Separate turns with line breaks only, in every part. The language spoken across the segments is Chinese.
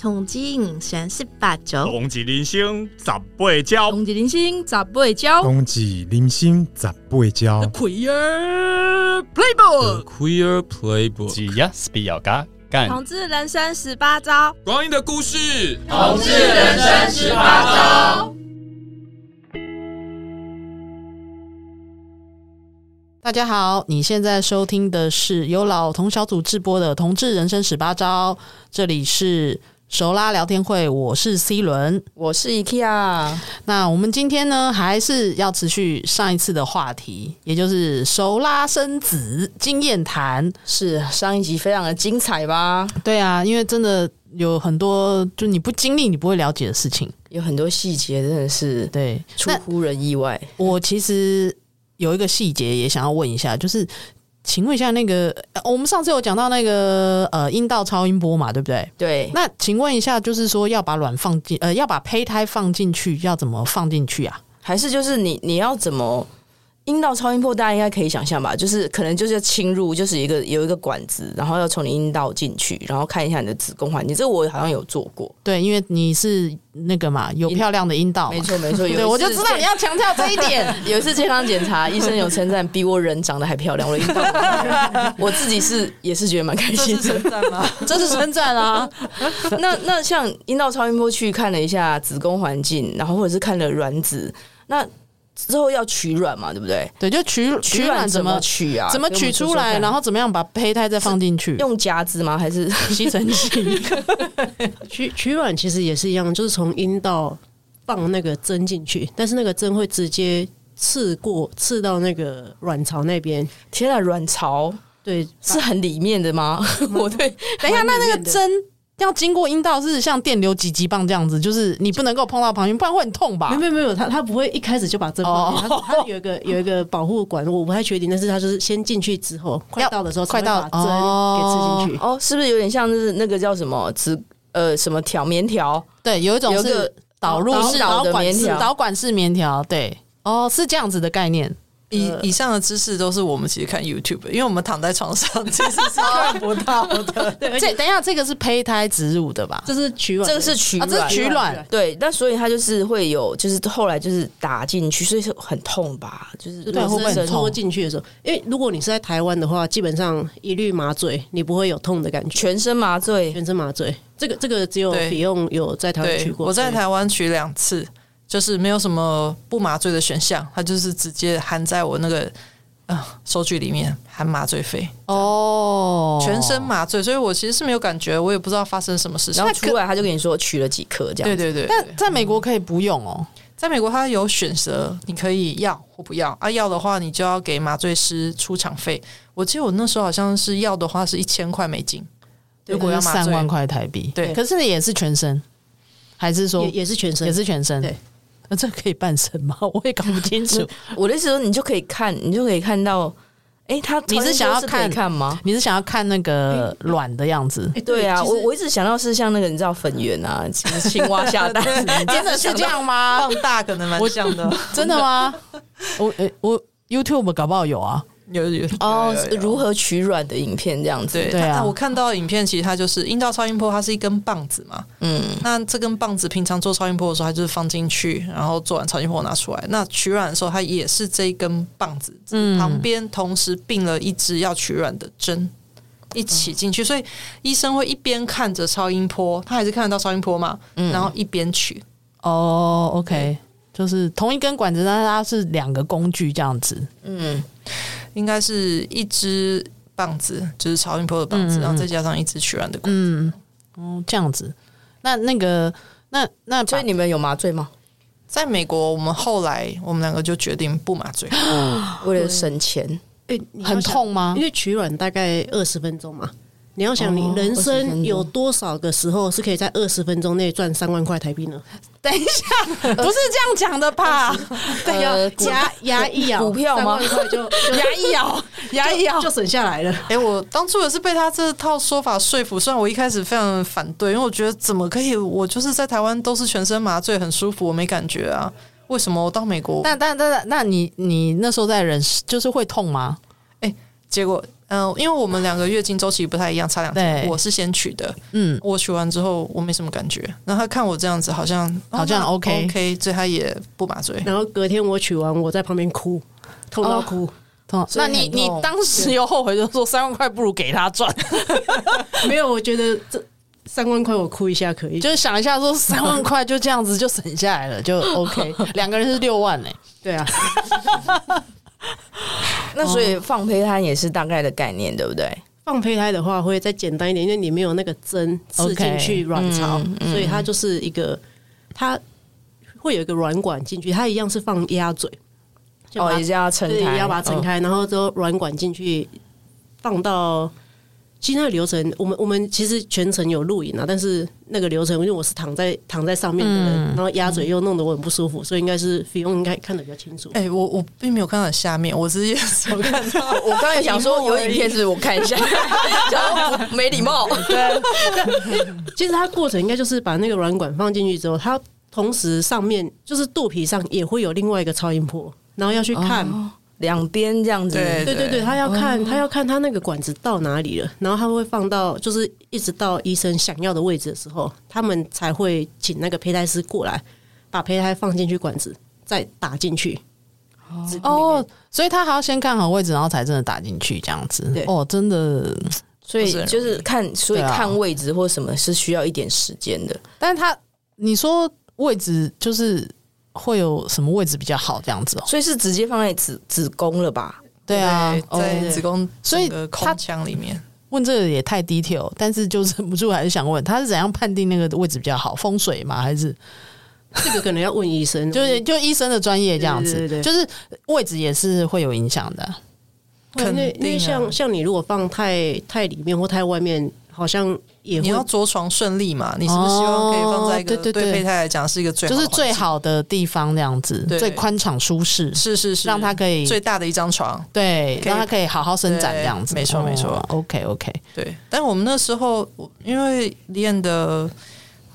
统计人生十八招，
同志人生十八招，
同一人生十八招，
冬季人生十八招，
Queer Playbook，
Queer Playbook，
只要是比较嘎干，
同志人生十八招。
光阴的故事。
同志人生十八招。
大家好，你现在收听的是由老同小组制播的《同志人生十八招》，这里是熟拉聊天会，我是 C 轮。
我是 IKEA，
那我们今天呢，还是要持续上一次的话题，也就是熟拉生子经验谈。
是上一集非常的精彩吧？
对啊，因为真的有很多就你不经历你不会了解的事情。
有很多细节真的是
对，
出
那
乎人意外。
我其实有一个细节也想要问一下，就是。请问一下，那个、呃我们上次有讲到那个呃阴道超音波嘛，对不对？
对，
那请问一下，就是说要把卵放进呃，要把胚胎放进去，要怎么放进去啊？
还是就是你你要怎么阴道超音波，大家应该可以想象吧？就是可能就是要侵入，就是一个有一个管子，然后要从你阴道进去，然后看一下你的子宫环境。这个我好像有做过，
对，因为你是那个嘛，有漂亮的阴道
没
嘛。
错没错。有一
对，
次
我就知道你要强调这一点。
有一次健康检 查，医生有称赞比我人长得还漂亮，我的阴道， 我自己是也是觉得蛮开心的。
赞 吗？
这是称赞啊！
那那像阴道超音波去看了一下子宫环境，然后或者是看了卵子，那之后要取卵嘛，对不对？
对，就取取卵
卵
怎么
取啊？
怎么取出来，然
后
后怎么样把胚胎再放进去，
用夹子吗？还是
吸尘器。
取取卵其实也是一样，就是从阴道放那个针进去，但是那个针会直接刺过刺到那个卵巢那边。
天啊，卵巢
对，
是很里面 的吗？我对
等一下，那那
蛮
个
里面的
针要经过阴道，是像电流几级棒这样子，就是你不能够碰到旁边，不然会很痛吧
没？有没有没有，他他不会一开始就把针放进去，
哦
他他有一个有一个保护管，我不太确定，但是他就是先进去之后，快到的时候才
快
会
到
把针给刺进去。
哦，是不是有点像是那个叫什么子呃什么条棉条？
对，有一种
有一
是
个
导入式
导导的
管
棉
式
条
导管式棉条，对，哦，是这样子的概念。
以以上的知识都是我们其实看 YouTube，的因为我们躺在床上其实是看不到的。
这等一下，这个是胚胎植入的吧？
这是取卵
这
的，
个是取
啊，
卵，
这是取卵，
对，那所以它就是会有，就是后来就是打进去，所以是很痛吧？就是如果
就对，
会不会
是
很
针
痛
拖进去的时候，因为如果你是在台湾的话，基本上一律麻醉，你不会有痛的感觉，
全身麻醉，
全身麻醉。这个这个只有
对
比用有在台湾取
对，
过，
我在台湾取两次，就是没有什么不麻醉的选项，它就是直接含在我那个呃收据里面含麻醉费，
哦，
全身。麻醉，所以我其实是没有感觉，我也不知道发生什么事情
然。后出来他就跟你说取了几颗这
对
样
对
子。
对，
但在美国可以不用哦，
在美国，它有选择，你可以要或不要啊。要的话，你就要给麻醉师出场费。我记得我那时候好像是要的话是一千块美金，如果要麻
三
醉
万，块台币，
对
可是也是全身，还是说
也也是全身，
也是全身？
对
那这可以半身吗？ 我也搞不清楚。
我的意思说，你就可以看，你就可以看到，哎，他
你是想要
超音波是可以
看
看吗？
你是想要看那个卵的样子？
哎
对啊，
其实
我我一直想到是像那个你知道粉圆啊，什么青蛙下蛋，
真的是这样吗
放？大可能蛮像的。
真的吗？我呃我 YouTube 搞不好有啊。
有有
哦，如
何？
何取卵的影片这样子。
对
对啊
它我看到的影片，其实它就是阴道超音波，它是一根棒子嘛。
嗯，
那这根棒子平常做超音波的时候，它就是放进去，然后做完超音波拿出来。那取卵的时候，它也是这一根棒子，
嗯
旁边同时并了一支要取卵的针。一
嗯
起进去，所以医生会一边看着超音波，他还是看得到超音波嘛，
嗯
然后一边取，
哦，OK，就是同一根管子，但是它是两个工具这样子。
应该是一支棒子，就是超音波的棒子，然后再加上一支取卵的管子。
嗯，哦，这样子。那那个，那那
所以你们有麻醉吗？
在美国，我们后来我们两个就决定不麻醉，
为了省钱，
哎你要
很
想
痛吗
啊
因？为取卵大概二十分钟嘛。你要想，你
哦
人
20分
生
钟
有多少个时候是可以在二十分钟内赚三万块台币呢？
等一下，不是这样讲的 吧？
对
要牙牙一咬，
股票吗
三万块就就
牙一咬，牙哦一咬
就，省下 来了。
哎、我当初也是被他这套说法说服，虽然我一开始非常反对，因为我觉得怎么可以，我就是在台湾都是全身麻醉，很舒服，我没感觉啊，为什么我到美国？
但但但但，那你你那时候在忍，就是会痛吗？
结果嗯、因为我们两个月经周期不太一样，差两天。
对
我是先取的，
嗯，
我取完之后我没什么感觉，然后他看我这样子好像哦
好像 OK
OK，所以他也不麻醉。
然后隔天我取完，我在旁边哭，痛
哦
到哭。
痛。
所以很
那你你
痛
当时又后悔，就说三万块不如给他赚，
没有，我觉得这三万块我哭一下可以。
就是想一下说三万块就这样子就省下来了，就 OK。两个人是六万呢、欸
对啊，
那所以放胚胎也是大概的概念，对不对？
放胚胎的话会再简单一点，因为你没有那个针刺
OK，
进去卵巢
嗯嗯
所以它就是一个它会有一个软管进去，它一样是放鸭嘴，就把
哦，
它
也是要撑
对，
开，
要把它撑开，嗯然后之后软管进去放到。其实那个流程，我们我们其实全程有录影啊，但是那个流程，因为我是躺在躺在上面的人，然后鸭嘴又弄得我很不舒服，所以应该是菲佣应该看得比较清楚。
哎、我我并没有看到你下面，我只是只有看到
哦我刚才想说有影片，是不是我看一下？ 想说没礼貌，
其实它过程应该就是把那个软管放进去之后，它同时上面就是肚皮上也会有另外一个超音波，然后要去看，
两边这样子，
对哦
对对对，他要看、他要看他那个管子到哪里了，然后他会放到就是一直到医生想要的位置的时候，他们才会请那个胚胎师过来把胚胎放进去管子，再打进去。
哦，所以他还要先看好位置，然后才真的打进去这样子
对。
哦，真的，
所以就是看，所以
对啊
看位置或什么是需要一点时间的。
但是他你说位置就是会有什么位置比较好这样子哦？
所以是直接放在子子宫了吧？
对啊，哦
在子宫
所以
整个
他
空腔里面。
问这个也太 detail，但是就忍不住还是想问，他是怎样判定那个位置比较好？风水吗？还是
这个可能要问医生，
就是就医生的专业这样子？
对对对对
就是位置也是会有影响的。
因为因
肯
为
定啊
因为像像你如果放太太里面或太外面，好像也
你要
会。
着床顺利嘛？你是不是希望可以放在一个
哦对对
对
对
胚胎来讲是一个最好
就
的
是
环境
最好的地方这样子，
对
最宽敞舒适，
是是是，
让他可以
最大的一张床。
对，
可以
让他可以好好伸展这样子。哦
对没错没错
OK OK，
对，但我们那时候我因为练的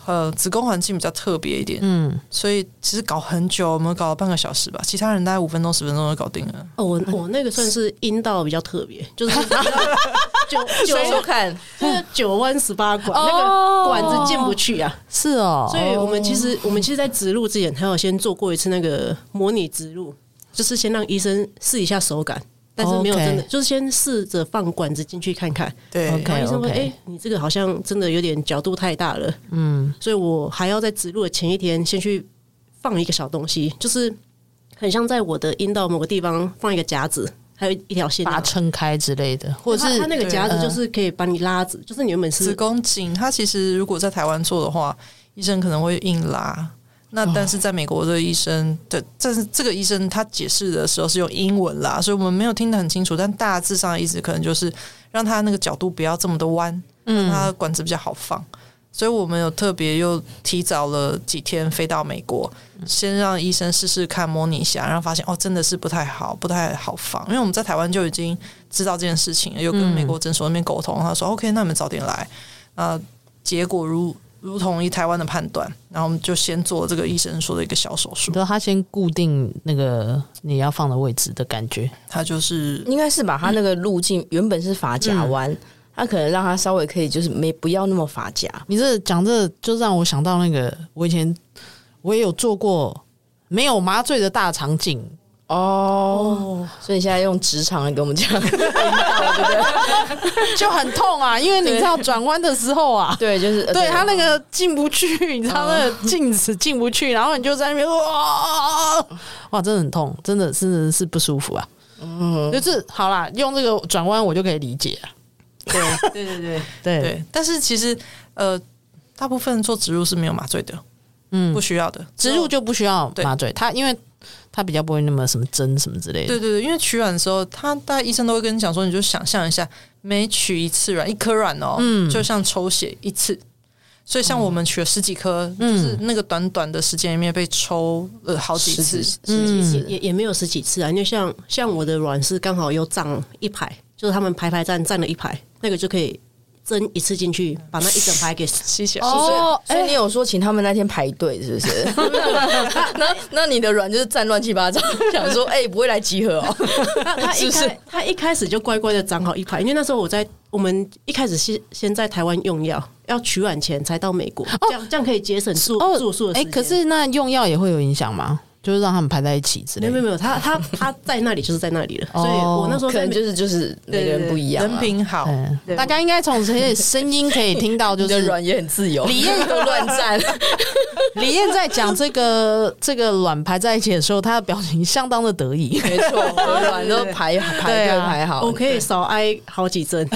呃子宫环境比较特别一点，
嗯，
所以其实搞很久，我们搞了半个小时吧，其他人大概五分钟十分钟就搞定了。
哦，我我那个算是阴道比较特 别，就是九九
说说看，
就是九弯十八拐，那
哦
个管子进不去啊。
是哦，
所以我们其实我们其实，在植入之前，还有先做过一次那个模拟植入，就是先让医生试一下手感，但是没
哦
有
OK
真的就是先试着放管子进去看看。
对
OK
然后医生说：“哎、你这个好像真的有点角度太大了。”嗯，所以我还要在植入的前一天先去放一个小东西，就是很像在我的阴道某个地方放一个夹子，还有一条线啊
把它
这样。
撑开之类的，或者
它
是
它那个夹子就是可以把你拉直，就是你原本
子
是
宫颈它其实如果在台湾做的话，医生可能会硬拉。那但是在美国的医生的，这是这个医生他解释的时候是用英文啦，所以我们没有听得很清楚，但大致上的意思可能就是让他那个角度不要这么的弯，
嗯
让他的管子比较好放。所以我们有特别又提早了几天飞到美国，先让医生试试看模拟一下，然后发现哦真的是不太好，不太好放，因为我们在台湾就已经知道这件事情了，又跟美国诊所那边沟通，他说 OK，那你们早点来。那结果如如同于台湾的判断，然后我们就先做这个医生说的一个小手术
你，说他先固定那个你要放的位置的感觉，
他就是
应该是把它那个路径原本是发夹弯，它可能让它稍微可以就是没不要那么发夹。
你这讲这就让我想到那个，我以前我也有做过没有麻醉的大场景，
哦，所以现在用直肠来跟我们讲，
就很痛 啊，因为你知道转弯的时候啊。
对，就是
对他那个进不去，你知道
哦
那个镜子进不去，然后你就在那边哇哇，真的很痛，真的真的是不舒服啊。嗯，就是好啦，用这个转弯我就可以理解啊。
对
对对对，
对，
对，但是其实呃，大部分做植入是没有麻醉的，
嗯
不，需要的
植入。就不需要
对
麻醉，它因为它比较不会那么什么针什么之类的。
对对对，因为取卵的时候，他大概医生都会跟你讲说，你就想象一下，每取一次卵，一颗卵哦，
嗯
就像抽血一次。所以像我们取了十几颗，就是那个短短的时间里面被抽呃好几次，
十
嗯
几
也也没有十几次啊，因为像像我的卵是刚好有长一排，就是他们排排站站了一排，那个就可以针一次进去，把那一整排给 吸起来。
哦，所以你有说请他们那天排队是不是？那那你的卵就是站乱七八糟，想说哎、不会来集合哦，
他他一
是不是
开他一开始就乖乖的长好一排，因为那时候我在我们一开始先先在台湾用药，要取卵前才到美国，这样这样可以节省住住宿的时
哦哎、
间。
可是那用药也会有影响吗？就是让他们排在一起之类
没有
的。
没有没有，他他他在那里就是在那里了，所以
哦
我那时候
哦可
在
能
美
就是就是每个人不一样、
人
啊，
品好，
对，嗯大家应该从这些声音可以听到，就
你的
是
卵也很自 由，啊
李艳
都乱 站，
李艳在讲这个这个卵排在一起的时候，她的表情相当的得意。
啊
没错，我的卵都排排
对
队
啊
排好，
我可以少挨好几针，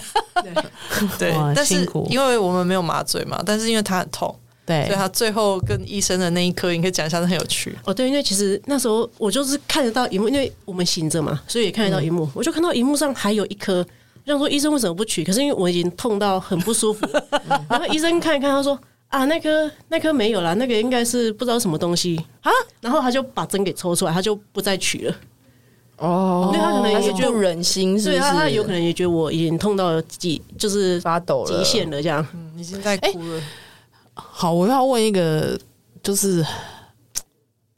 对
哇，
但
辛
是
苦
因为我们没有麻醉嘛，但是因为他很痛，所
对
以，他最后跟医生的那一刻，你可以讲一下，那很有趣。
哦，对，因为其实那时候我就是看得到荧幕，因为我们醒着嘛，所以也看得
嗯
到荧幕。我就看到荧幕上还有一颗，我想说医生为什么不取？可是因为我已经痛到很不舒服， 然后医生看一看，他说啊，那颗那颗没有啦，那个应该是不知道什么东西啊。然后他就把针给抽出来，他就不再取了。
哦，
对他可能
还是
也觉得
不忍心，是
所
不
以
是？
他他有可能也觉得我已经痛到极就是
发抖了，嗯
极限了这样。
已经在哭了，
好，我要问一个，就是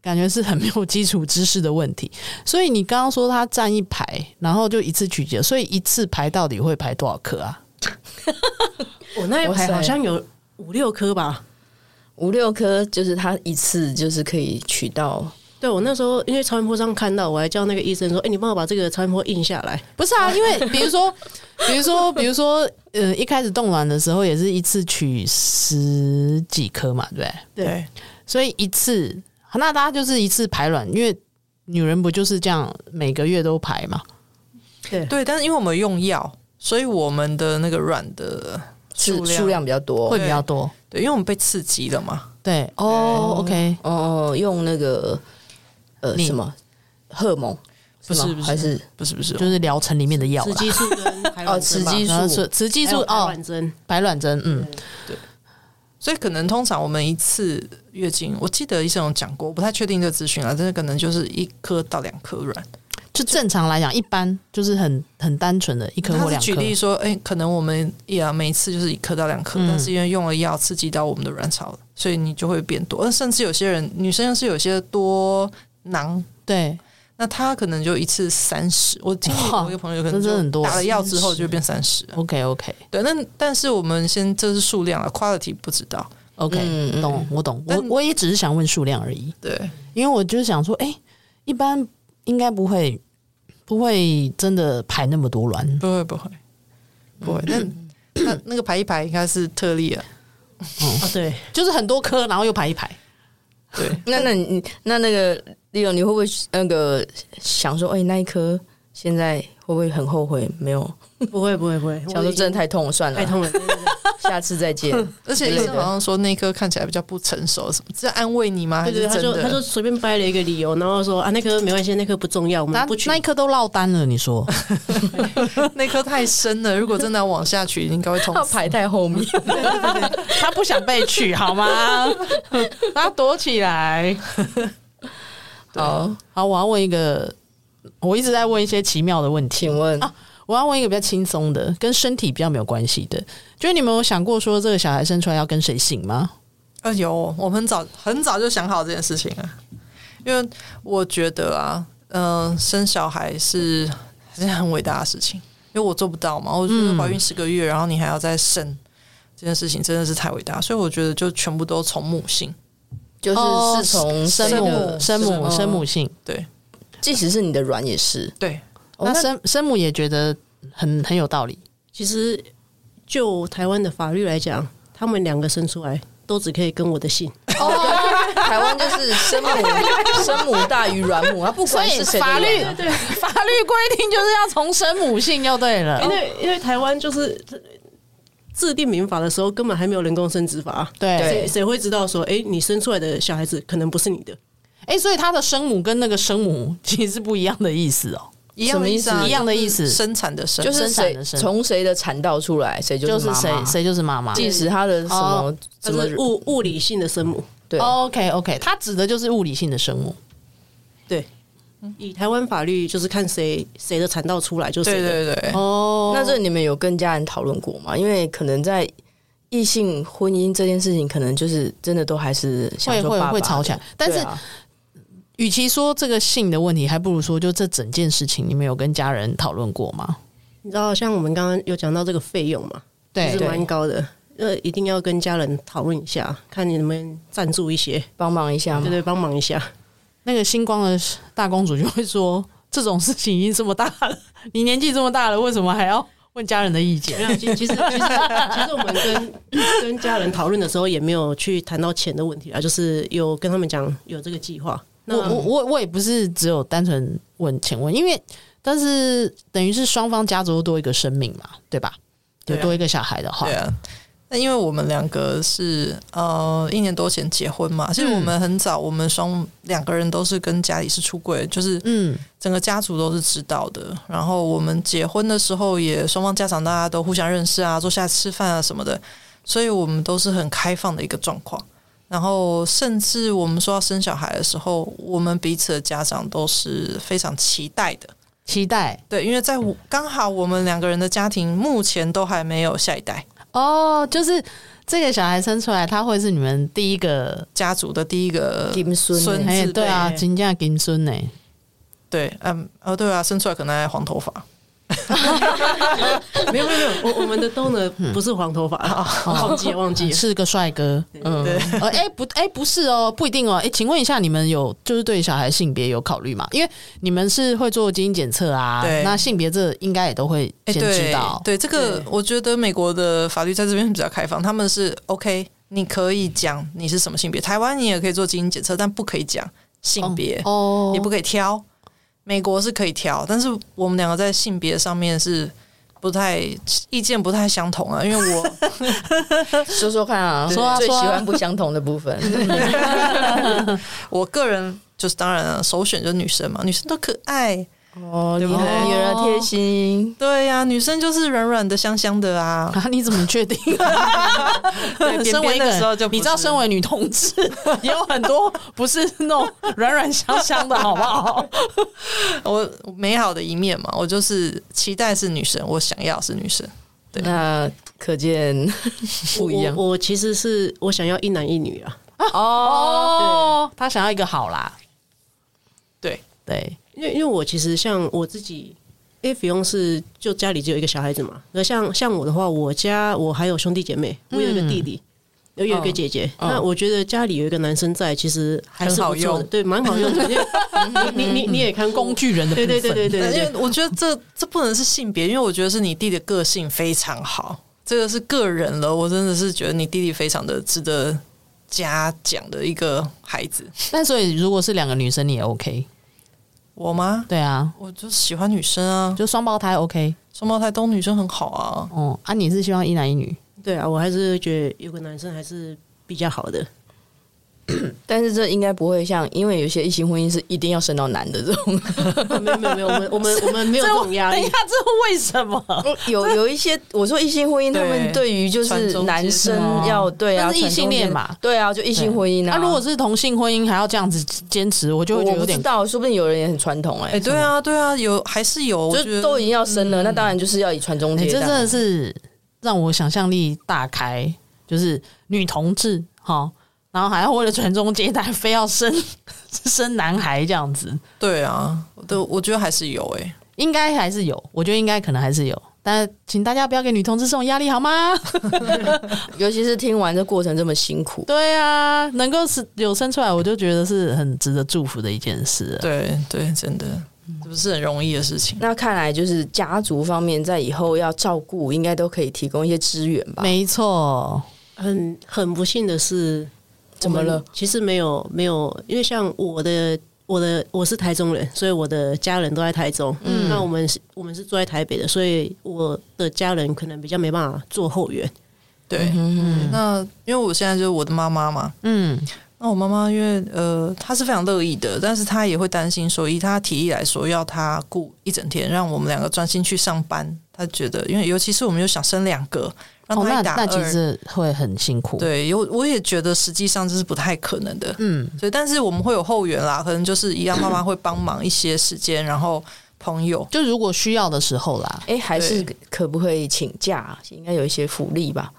感觉是很没有基础知识的问题。所以你刚刚说他站一排，然后就一次取决，所以一次排到底会排多少颗啊？
我那一
哇
排
塞
好像有五六颗吧。
五六颗，就是他一次就是可以取到
对我那时候因为超音波上看到，我还叫那个医生说：“哎、你帮我把这个超音波印下来。
不是啊，因为比如 说，比如说，比如说，呃，一开始冻卵的时候也是一次取十几颗嘛，对不对？
对，
所以一次，那大家就是一次排卵，因为女人不就是这样每个月都排嘛？”
对，但是因为我们用药，所以我们的那个卵的
是
数
数量比较多
会，比较多。
对，因为我们被刺激了嘛，
对，哦，OK，
哦，用那个呃
你
什么荷尔蒙
不是
吗
不是
还是
不是不是，
就是疗程里面的药
雌
啦。
激素跟排
哦
卵
雌
针吧
激
然后
素
是雌激
还
素
有排
哦，
卵针，
排卵针，嗯，
所以可能通常我们一次月经，我记得医生有讲过，我不太确定这个资讯啊，但是可能就是一颗到两颗卵。
就正常来讲，一般就是很很单纯的一颗
他
或
是
两
举
颗。
例说，哎、可能我们呀每一次就是一颗到两颗，
嗯
但是因为用了药刺激到我们的卵巢，所以你就会变多。而甚至有些人女生是有些多囊，
对，
那她可能就一次三十。我听
哇
我一个朋友可能
这真的很
就
多
打了药之后就变三十。
，OK OK
对，那但是我们先这是数量啊，quality 不知道。
OK，
嗯嗯
懂，我懂，我
但
我也只是想问数量而已，
对，
因为我就是想说，哎，一般应该不会不会真的排那么多卵，
不会不会不会，那 那那个排一排应该是特例啊。
啊，对，
就是很多颗，然后又排一排。
对，
那那你那那个利勇，你会不会那个想说，哎、那一颗现在会不会很后悔？没有，
不会不会不会，
想说真的太痛了，算
我
了，
太痛了，对对对
下次再见。
而且医生好像说那一颗看起来比较不成熟，什么是安慰你吗？还
对对，
是
对他
真
就他就
的？
随便掰了一个理由，然后说啊，那颗没关系，那颗不重要，我
那
们不取
那。一颗都落单了，你说
那颗太深了，如果真的要往下去，应该会痛
他
死。
排太后面，
他不想被取好吗？ 他躲起来。
好，
好，我要问一个，我一直在问一些奇妙的问题。啊
请问、
我要问一个比较轻松的，跟身体比较没有关系的，就是你们有想过说这个小孩生出来要跟谁姓吗？
啊，有，我们很早很早就想好这件事情了，因为我觉得啊，嗯、生小孩是是很伟大的事情，因为我做不到嘛，我就是怀孕十个月，然后你还要再生，这件事情真的是太伟大，所以我觉得就全部都从母姓，
就是是从
生
那
母、
个
生母、
哦
生母姓。
对
即使是你的卵也是，
对，
哦
那
那
生生母也觉得很很有道理。
其实就台湾的法律来讲，他们两个生出来都只可以跟我的姓，
哦，台湾就是生母生母大于卵母，他不管是谁的
法律
卵啊
法律规定就是要从生母姓就对了
因为因为台湾就是制定民法的时候，根本还没有人工生殖法，啊
对，
谁谁会知道说，哎，你生出来的小孩子可能不是你的？
哎，所以他的生母跟那个生母其实是不一样的意思哦，
一样的意思、啊，
一样的意思，
生产的生，
就是
生产
谁
的生
从谁的产道出来，谁就
就是是
妈
谁
妈。
谁就是妈妈。
即使他的什么
他
什么
是物物理性的生母，
对
OK OK，他指的就是物理性的生母。
对，以台湾法律就是看谁谁的产道出来就谁
对
的。
对对，
哦，那这你们有跟家人讨论过吗？因为可能在异性婚姻这件事情，可能就是真的都还是想
会
说
会
爸爸
会吵起来
的，
但
对
是
啊
与其说这个性的问题，还不如说就这整件事情，你们有跟家人讨论过吗？
你知道，像我们刚刚有讲到这个费用嘛，
对
是蛮高的，呃，一定要跟家人讨论一下，看你能不能赞助一些，
帮忙一下
对
嘛。
对，帮忙一下。
那个星光的大公主就会说：“这种事情已经这么大了，你年纪这么大了，为什么还要问家人的意见
没有，其其实其实其实我们跟 跟家人讨论的时候，也没有去谈到钱的问题啊，就是有跟他们讲有这个计划。？”那
我我我我也不是只有单纯问前问，因为但是等于是双方家族多一个生命嘛，对吧？有
对啊
多一个小孩的话
对，啊。那因为我们两个是呃一年多前结婚嘛，其实我们很早，我们双两个人都是跟家里是出柜，就是
嗯，
整个家族都是知道的。然后我们结婚的时候也双方家长大家都互相认识啊，坐下来吃饭啊什么的，所以我们都是很开放的一个状况。然后甚至我们说要生小孩的时候，我们彼此的家长都是非常期待的。
期待
对，因为在
嗯
我刚好我们两个人的家庭目前都还没有下一代，
哦，就是这个小孩生出来，他会是你们第一个
家族的第一个
金孙
孙
欸
哎，
自
对啊，
备
金价金孙呢？
对，嗯，哦，对啊，生出来可能还黄头发，
没有没有没有，我我嗯哦们的 donor 不是黄头发，忘记了忘记了。
是个帅哥，嗯，呃，哎、不，哎、不是哦，不一定哦，哎、请问一下，你们有就是对小孩性别有考虑吗？因为你们是会做基因检测啊，
对
那性别这应该也都会
哎，
先知道，
对对这个，我觉得美国的法律在这边比较开放，他们是 OK，你可以讲你是什么性别，台湾你也可以做基因检测，但不可以讲性别，
哦，
也不可以挑。美国是可以挑，但是我们两个在性别上面是不太意见不太相同啊，因为我
说说看啊，
说啊
最喜
说啊
欢不相同的部分。
我个人就是当然了，首选就是女生嘛，女生都可爱，
哦，你
对不对
很女儿贴心，
对呀、女生就是软软的、香香的啊。
啊，你怎么确定？
对
身为一
边边的时候
个
就，不
你知道，
是
身为女同志，也有很多不是那种软软香香的，好不好？
我美好的一面嘛，我就是期待是女生，我想要是女生。
那可见 不一样
我我其实是我想要一男一女啊，
哦。
哦，他想要一个好啦，
对
对，
因为因为我其实像我自己，因为菲佣是就家里只有一个小孩子嘛，那像像我的话，我家我还有兄弟姐妹，我有一
嗯
个弟弟。有有一
哦
个姐姐，那我觉得家里有一个男生在，其实还是
很好
不错的
用
对，蛮好用 的。因为你你你你也看过
工，具人的部分，
对对对对对对
但因
对
为我觉得这这不能是性别，因为我觉得是你弟的个性非常好，这个是个人了。我真的是觉得你弟弟非常的值得嘉奖的一个孩子。
但所以如果是两个女生，你也 OK，
我吗？
对啊，
我就喜欢女生啊，
就双胞胎 OK。
双胞胎都女生很好啊。
哦，啊，你是希望一男一女？
对啊，我还是觉得有个男生还是比较好的。
但是这应该不会像，因为有些异性婚姻是一定要生到男的这种，
没有没有没有，我们我们我们没有这种压
等
力
一。下，哎这为什 么？
哦有有一些我说异性婚姻，他们对于就
传
是
宗接
男生要对
但
啊，
哦是异性恋嘛
传宗接代，对啊，就异性婚姻
那、
啊。
如果是同性婚姻还要这样子坚持，我就会觉
我
得有
不知
点
道，说不定有人也很传统哎、
哎、对啊，对啊，有还是有，我觉
就
得
都已经要生了，那当然就是要以传宗
嗯哎、
接
这
代。
真的是让我想象力大开，就是女同志哈，然后还要为了传宗接代，非要生 生男孩这样子，
对啊，我
嗯
都我觉得还是有哎、
应该还是有，我觉得应该可能还是有，但请大家不要给女同志这种压力好吗？
尤其是听完这过程这么辛苦，
对啊，能够是有生出来，我就觉得是很值得祝福的一件事啊了。
对对，真的，
嗯
这不是很容易的事情。
那看来就是家族方面在以后要照顾，应该都可以提供一些资源吧？
没错，
很很不幸的是，
怎么
我们
了？
其实没有没有，因为像我的我的我是台中人，所以我的家人都在台中。嗯，那我们是我们是住在台北的，所以我的家人可能比较没办法做后援。
嗯
对，那因为我现在就是我的妈妈嘛，
嗯，
那我妈妈因为呃，她是非常乐意的，但是她也会担心说，以她体力来说，要她顾一整天，让我们两个专心去上班，他觉得，因为尤其是我们又想生两个，让
哦，
他
那
一打
那
二，
其实会很辛苦。，
对，有我也觉得实际上这是不太可能的。
嗯，
所以，但是我们会有后援啦，可能就是一样，妈妈会帮忙一些时间，然后朋友。
就如果需要的时候啦，
哎、还是
对
可不可以请假？应该有一些福利吧？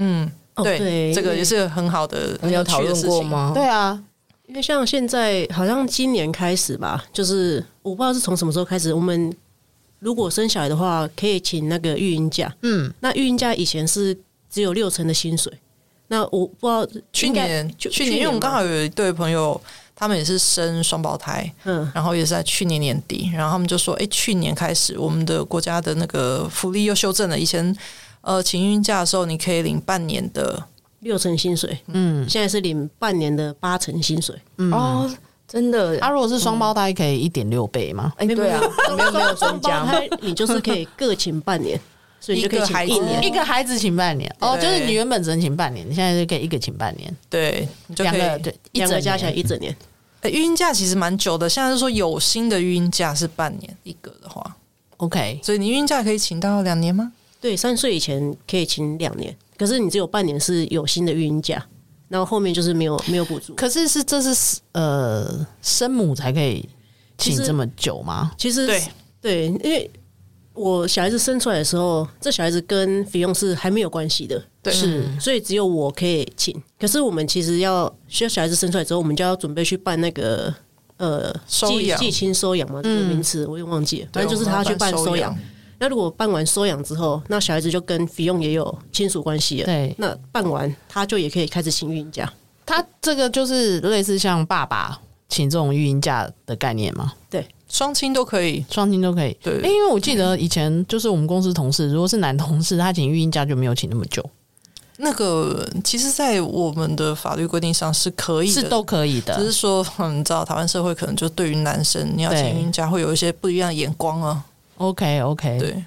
嗯，
哦
对，
对
这个
因为
也是很好的，
你有讨论过？吗？
对啊，
因为像现在好像今年开始吧，就是我不知道是从什么时候开始，我们如果生小孩的话，可以请那个育婴假。
嗯，
那育婴假以前是只有六成的薪水，那我不知道
去
应该
年，
就
去年，因为我们
吧
刚好有一对朋友，他们也是生双胞胎，
嗯
然后也是在去年年底，然后他们就说，哎、去年开始我们的国家的那个福利又修正了，以前呃请孕假的时候你可以领半年的，
六成薪水，
嗯，
现在是领半年的八成薪水。
哦，真的，
他
哎、
啊如果是双胞胎，可以一点六倍吗？
对啊，没有没有增
双胞
加，
胎你就是可以各请半年，所以你
一
就可以
个
请
孩子
一年。
一个孩子请半年哦，
对
就是你原本只能请半年，你现在就可以一个请半年，
对，你就
两
可以。
个对，一
两个
整
加起来
年
一整年，
诶育婴假其实蛮久的，现在是说有薪的育婴假是半年一个的话，
OK，
所以你孕假可以请到两年吗？
对，三岁以前可以请两年，可是你只有半年是有薪的育婴假，然后后面就是没有没有补助。
可是是这是呃生母才可以请这么久吗？
其实
对
对，因为我小孩子生出来的时候，这小孩子跟菲佣是还没有关系的，
对，
是
所以只有我可以请。可是我们其实要需要小孩子生出来之后，我们就要准备去办那个呃
收
寄
养
寄亲收养嘛，这个名词、我也忘记了，反正就是他要去办收养。。那如果办完收养之后，那小孩子就跟菲佣也有亲属关系了。
对
那办完他就也可以开始请孕假。
他这个就是类似像爸爸请这种育婴假的概念吗？
双亲都可以，
双亲都可以。
对
诶因为我记得以前就是我们公司同事，如果是男同事，他请育婴假就没有请那么久，
那个其实，在我们的法律规定上是可以的，
是都可以的。
只是说，嗯你知道台湾社会可能就对于男生你要
对
请孕假会有一些不一样的眼光啊。
OK OK，
对，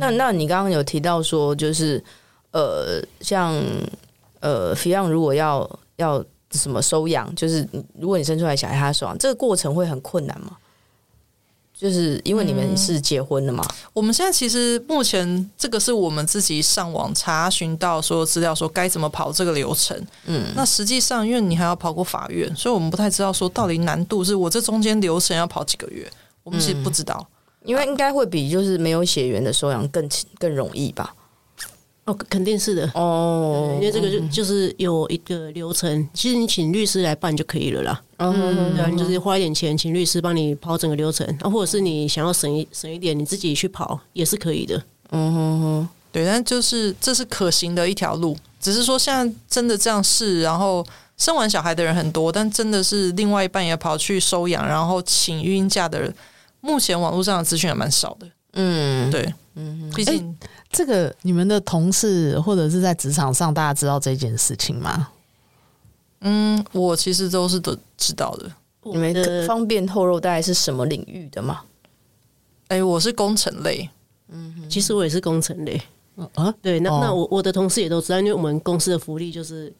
那那你刚刚有提到说，就是呃，像呃，Fion 如果要要什么收养，就是你如果你生出来小孩他收养，这个过程会很困难吗？就是因为你
嗯
们是结婚了嘛，
我们现在其实目前这个是我们自己上网查询到所有资料，说该怎么跑这个流程。嗯，那实际上因为你还要跑过法院，所以我们不太知道说到底难度是我这中间流程要跑几个月，我们其实不知道。
因为应该会比就是没有血缘的收养更更容易吧？
哦，肯定是的，
哦
因为这个就就是有一个流程，其实你请律师来办就可以了啦。
嗯
对啊，你就是花一点钱请律师帮你跑整个流程，啊，或者是你想要省一省一点，你自己去跑也是可以的。
嗯哼哼，
对，但就是这是可行的一条路，只是说现在真的这样试，然后生完小孩的人很多，但真的是另外一半也跑去收养，然后请孕假的人，目前网络上的资讯也蛮少的。
嗯，
对，嗯，毕竟
这个你们的同事或者是在职场上，大家知道这件事情吗？
嗯，我其实都是都知道的。
你们
我的
方便透露大概是什么领域的吗？
哎、我是工程类，
嗯其实我也是工程类，
啊，
对，那、
哦
那我我的同事也都知道，因为我们公司的福利就是，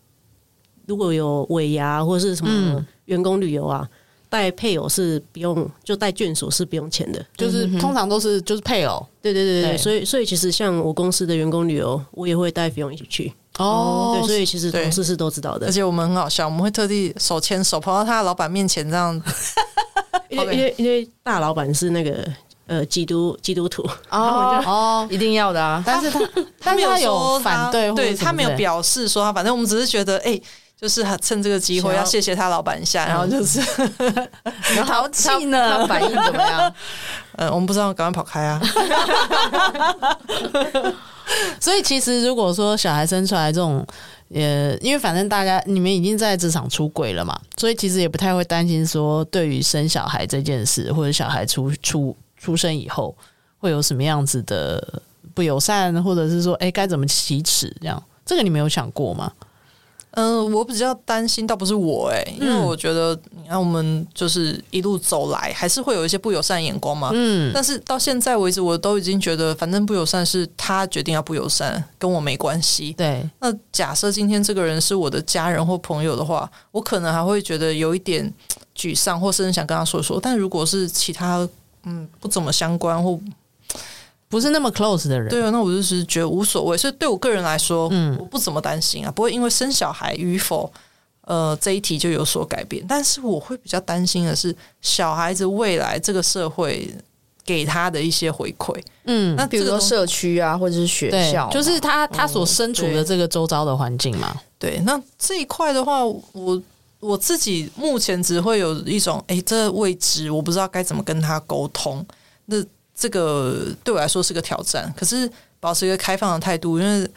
如果有尾牙或是什么员工旅游啊，带配偶是不用，就带眷属是不用钱的。
就是通常都是就是配偶
对对对对，
对
所以所以其实像我公司的员工旅游，我也会带菲佣一起去。
哦
对，所以其实
对
同事是都知道的
而，且我们很好笑，我们会特地手牵手跑到他的老板面前，这样
因为因为因为大老板是那个呃基督基督徒，
哦，
哦，
一定要的啊，
但是他但是
有
他
说
有
他
反对或者什么之类，
对他没有表示说他，反正我们只是觉得，哎、就是趁这个机会
想要
要谢谢他老板一下，然后 就是，
然后
他他反应怎么样？
呃，我们不知道，赶快跑开啊！
所以其实如果说小孩生出来这种，呃，因为反正大家你们已经在职场出轨了嘛，所以其实也不太会担心说对于生小孩这件事，或者小孩出出出生以后会有什么样子的不友善，或者是说哎该怎么启齿这样，这个你没有想过吗？
嗯、我比较担心，倒不是我、哎，因为我觉得，你看我们就是一路走来，还是会有一些不友善的眼光嘛。
嗯，
但是到现在为止，我都已经觉得，反正不友善是他决定要不友善，跟我没关系。
对，
那假设今天这个人是我的家人或朋友的话，我可能还会觉得有一点嘖沮丧，或甚至想跟他说说。但如果是其他嗯不怎么相关或
不是那么 close 的人，
对啊，那我就是觉得无所谓，所以对我个人来说，
嗯
我不怎么担心啊，不会因为生小孩与否，呃，这一题就有所改变。但是我会比较担心的是，小孩子未来这个社会给他的一些回馈。
嗯，
那
比如
这个东
说社区啊，或者是学
对
校，，
就是他他所身处的这个周遭的环境嘛，
对，那这一块的话，我我自己目前只会有一种，哎、这未知，我不知道该怎么跟他沟通。那这个对我来说是个挑战，可是保持一个开放的态度，因为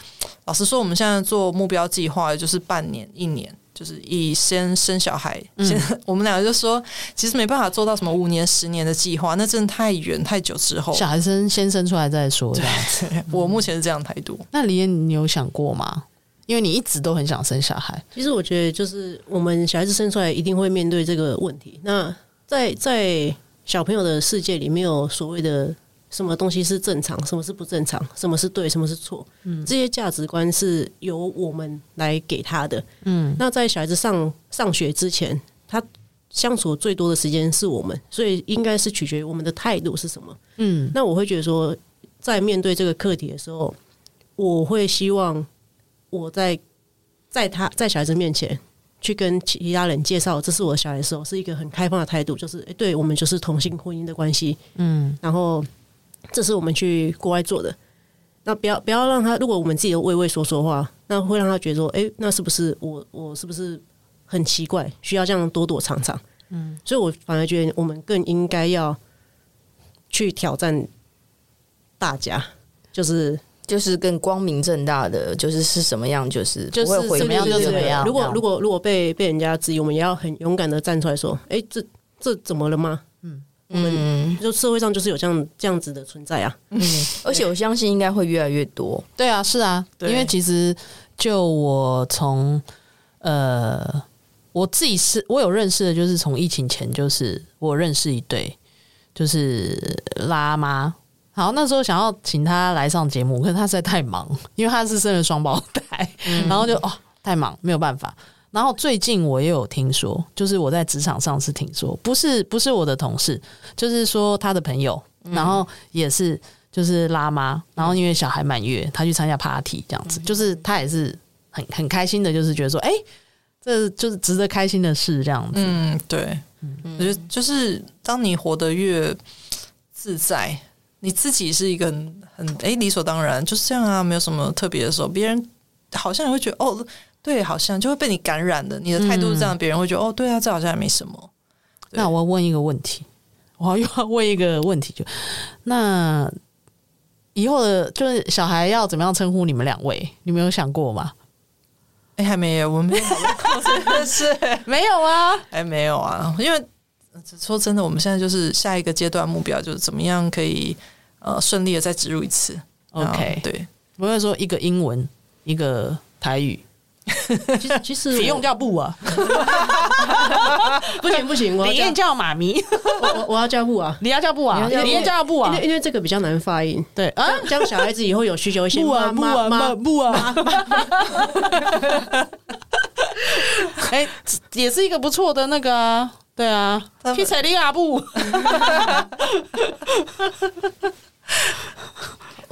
老实说，我们现在做目标计划就是半年、一年。就是以先生小孩，先、 我们两个就说，其实没办法做到什么五年、十年的计划，那真的太远太久之后。
小孩生先生出来再说这样子。
我目前是这样的态度。
那李燕，你有想过吗？因为你一直都很想生小孩，
其实我觉得，就是我们小孩子生出来一定会面对这个问题。那在在小朋友的世界里，没有所谓的什么东西是正常，什么是不正常，什么是对，什么是错。嗯，这些价值观是由我们来给他的。嗯，那在小孩子上上学之前，他相处最多的时间是我们，所以应该是取决于我们的态度是什么。
嗯，
那我会觉得说，在面对这个课题的时候，我会希望我在在他在小孩子面前去跟其他人介绍，这是我的小孩的时候，是一个很开放的态度，就是诶对我们就是同性婚姻的关系，嗯，然后这是我们去国外做的。那不要不要让他，如果我们自己都畏畏缩缩的话，那会让他觉得说，诶，那是不是我我是不是很奇怪，需要这样躲躲藏藏？嗯，所以我反而觉得我们更应该要去挑战大家，就是
就是更光明正大的，就是是什么样，就是
就是
不会回
怎么样
避
就
的
怎么样
如
这
果
样
如果如果被被人家质疑，我们也要很勇敢的站出来说：“哎、这这怎么了吗？”
嗯，
就社会上就是有这样这样子的存 在啊。
而且我相信应该会越来越多。
对啊，是啊，因
对
为其实就我从呃我自己是我有认识的，就是从疫情前，就是我认识一对就是拉妈。好，那时候想要请她来上节目，可是她实在太忙，因为她是生了双胞胎，然后就哦太忙没有办法。然后最近我也有听说，就是我在职场上是听说，不是不是我的同事，就是说他的朋友，然后也是就是拉妈，然后因为小孩满月，他去参加 party 这样子，就是他也是很很开心的，就是觉得说，哎、这就是值得开心的事这样子。
嗯，对，我觉得就是当你活得越自在，你自己是一个很很哎、理所当然就是这样啊，没有什么特别的时候，别人好像也会觉得哦，对，好像就会被你感染的，你的态度是这样，别人会觉得哦，对啊，这好像也没什
嗯
么。对
那我要问一个问题，我又要问一个问题，就那以后的，就是小孩要怎么样称呼你们两位？你们有想过吗？
哎、还没有，我们没有讨论过呃这件事，
没有啊，
还没有啊，因为呃说真的，我们现在就是下一个阶段目标就是怎么样可以呃顺利的再植入一次。然后
OK，
对，
不会说一个英文，一个台语，
其实 其实
别用
我
叫布啊，
不行不行，我
李
要
燕
叫
叫妈咪，
我我我要叫布啊，
你要叫布啊，
你要叫布
李燕叫布啊
因，为因为这个比较难发音。
对啊，
这样小孩子以后有需求，会先
布啊布
妈妈
啊
妈
妈布啊， 哎，也是一个不错的那个啊，对啊，
他们
去踩利亚布，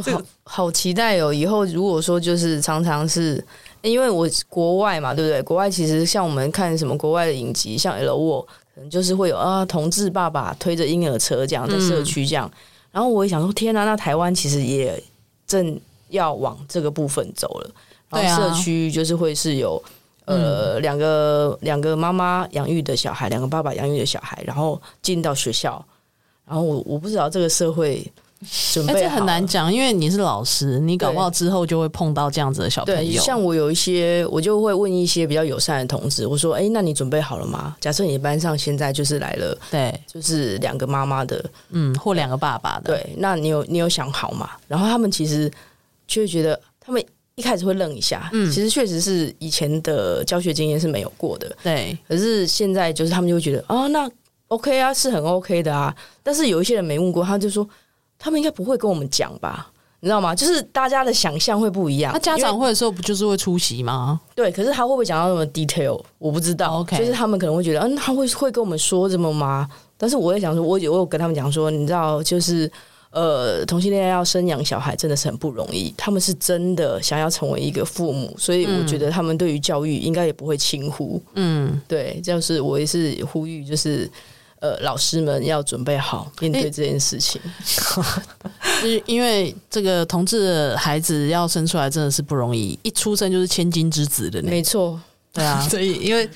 好好期待哦！以后如果说就是常常是因为我国外嘛，对不对？国外其实像我们看什么国外的影集，像 L O，可能就是会有啊，同志爸爸推着婴儿车这样
嗯
在社区这样。然后我也想说，天哪、那台湾其实也正要往这个部分走了。
对
然
啊嗯
后社区就是会是有呃两个两个妈妈养育的小孩，两个爸爸养育的小孩，然后进到学校。然后我我不知道这个社会准
哎，
备
这
好
很
了
难讲，因为你是老师，你搞不好之后就会碰到这样子的小朋
对，
友，
像我有一些，我就会问一些比较友善的同志，我说：“哎、那你准备好了吗？假设你班上现在就是来了，
对，
就是两个妈妈的，
嗯，或两个爸爸的，
对，那你有你有想好吗？”然后他们其实就会觉得，他们一开始会愣一下，
嗯
其实确实是以前的教学经验是没有过的，
对，
可是现在就是他们就会觉得，啊，那 OK 啊，是很 OK 的啊。但是有一些人没问过，他就说他们应该不会跟我们讲吧。你知道吗？就是大家的想象会不一样。
那家
因为
长会的时候不就是会出席吗？
对，可是他会不会讲到那么 detail，我不知道。
哦 OK
就是他们可能会觉得，嗯，他会会跟我们说这么吗？但是我也想说，我有我有跟他们讲说，你知道，就是呃，同性恋要生养小孩真的是很不容易，他们是真的想要成为一个父母，所以我觉得他们对于教育应该也不会轻忽。
嗯，
对，就是我也是呼吁，就是呃，老师们要准备好面对这件事情。
因因为这个同志的孩子要生出来真的是不容易，一出生就是千金之子的那
没错，
对啊，
所以因为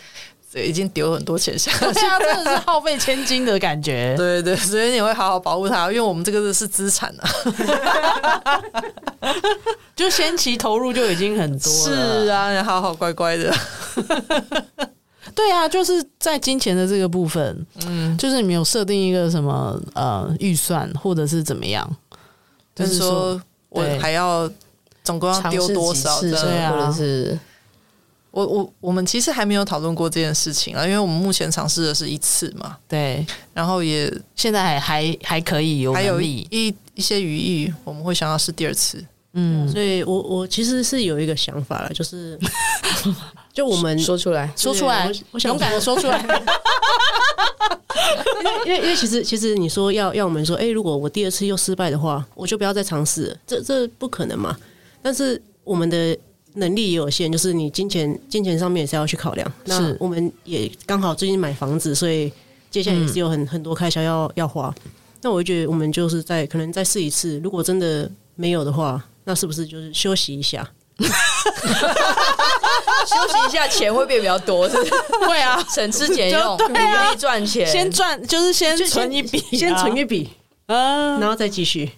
所以已经丢很多钱下去，
对啊，真的是耗费千金的感觉。
对对，所以你会好好保护它，因为我们这个是资产啊。
就先期投入就已经很多了。
是啊，你好好乖乖的。
对啊，就是在金钱的这个部分，嗯，就是你们有设定一个什么呃预算，或者是怎么样？就
就是是说我
对
还要总共要
尝
丢
试
多
几
少
次
这样
对啊
或者是
我我我们其实还没有讨论过这件事情啊，因为我们目前尝试的是一次嘛，
对，
然后也
现在还还还可以有
还有
能
一
力，
一一些余意，我们会想要试第二次。
嗯，
所以我我其实是有一个想法了，就是 就我们
说出来，
说出来
我我，想
勇敢的说出来，
因为因为其实其实你说要要我们说，哎、如果我第二次又失败的话，我就不要再尝试了，这这不可能嘛。但是我们的能力也有限，就是你金钱金钱上面也是要去考量。那
是
我们也刚好最近买房子，所以接下来也
嗯
是有很、很多开销要要花。那我就觉得我们就是在可能再试一次，如果真的没有的话，那是不是就是休息一下？
休息一下，钱会变比较多，是不是
会啊，
省吃俭用，
就
努
对啊
力赚钱，
先赚就是先
就
存一笔啊，
先存一笔，
啊，
然后再继续。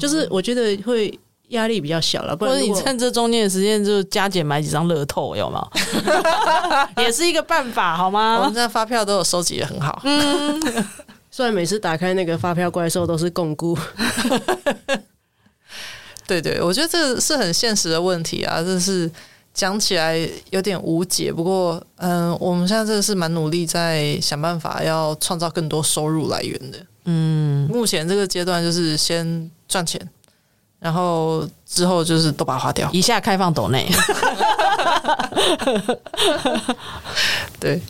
就是我觉得会压力比较小了，不
或者
然
你
如果
趁这中间的时间就加减买几张乐透，有吗？也是一个办法，好
我们
吗？
这发票都有收集的很好，
虽然每次打开那个发票怪兽都是共估，
对对，我觉得这是很现实的问题啊，这是讲起来有点无解。不过，嗯，我们现在真的是蛮努力在想办法要创造更多收入来源的。
嗯，
目前这个阶段就是先赚钱，然后之后就是都把它花掉。
以下开放抖 内，
对，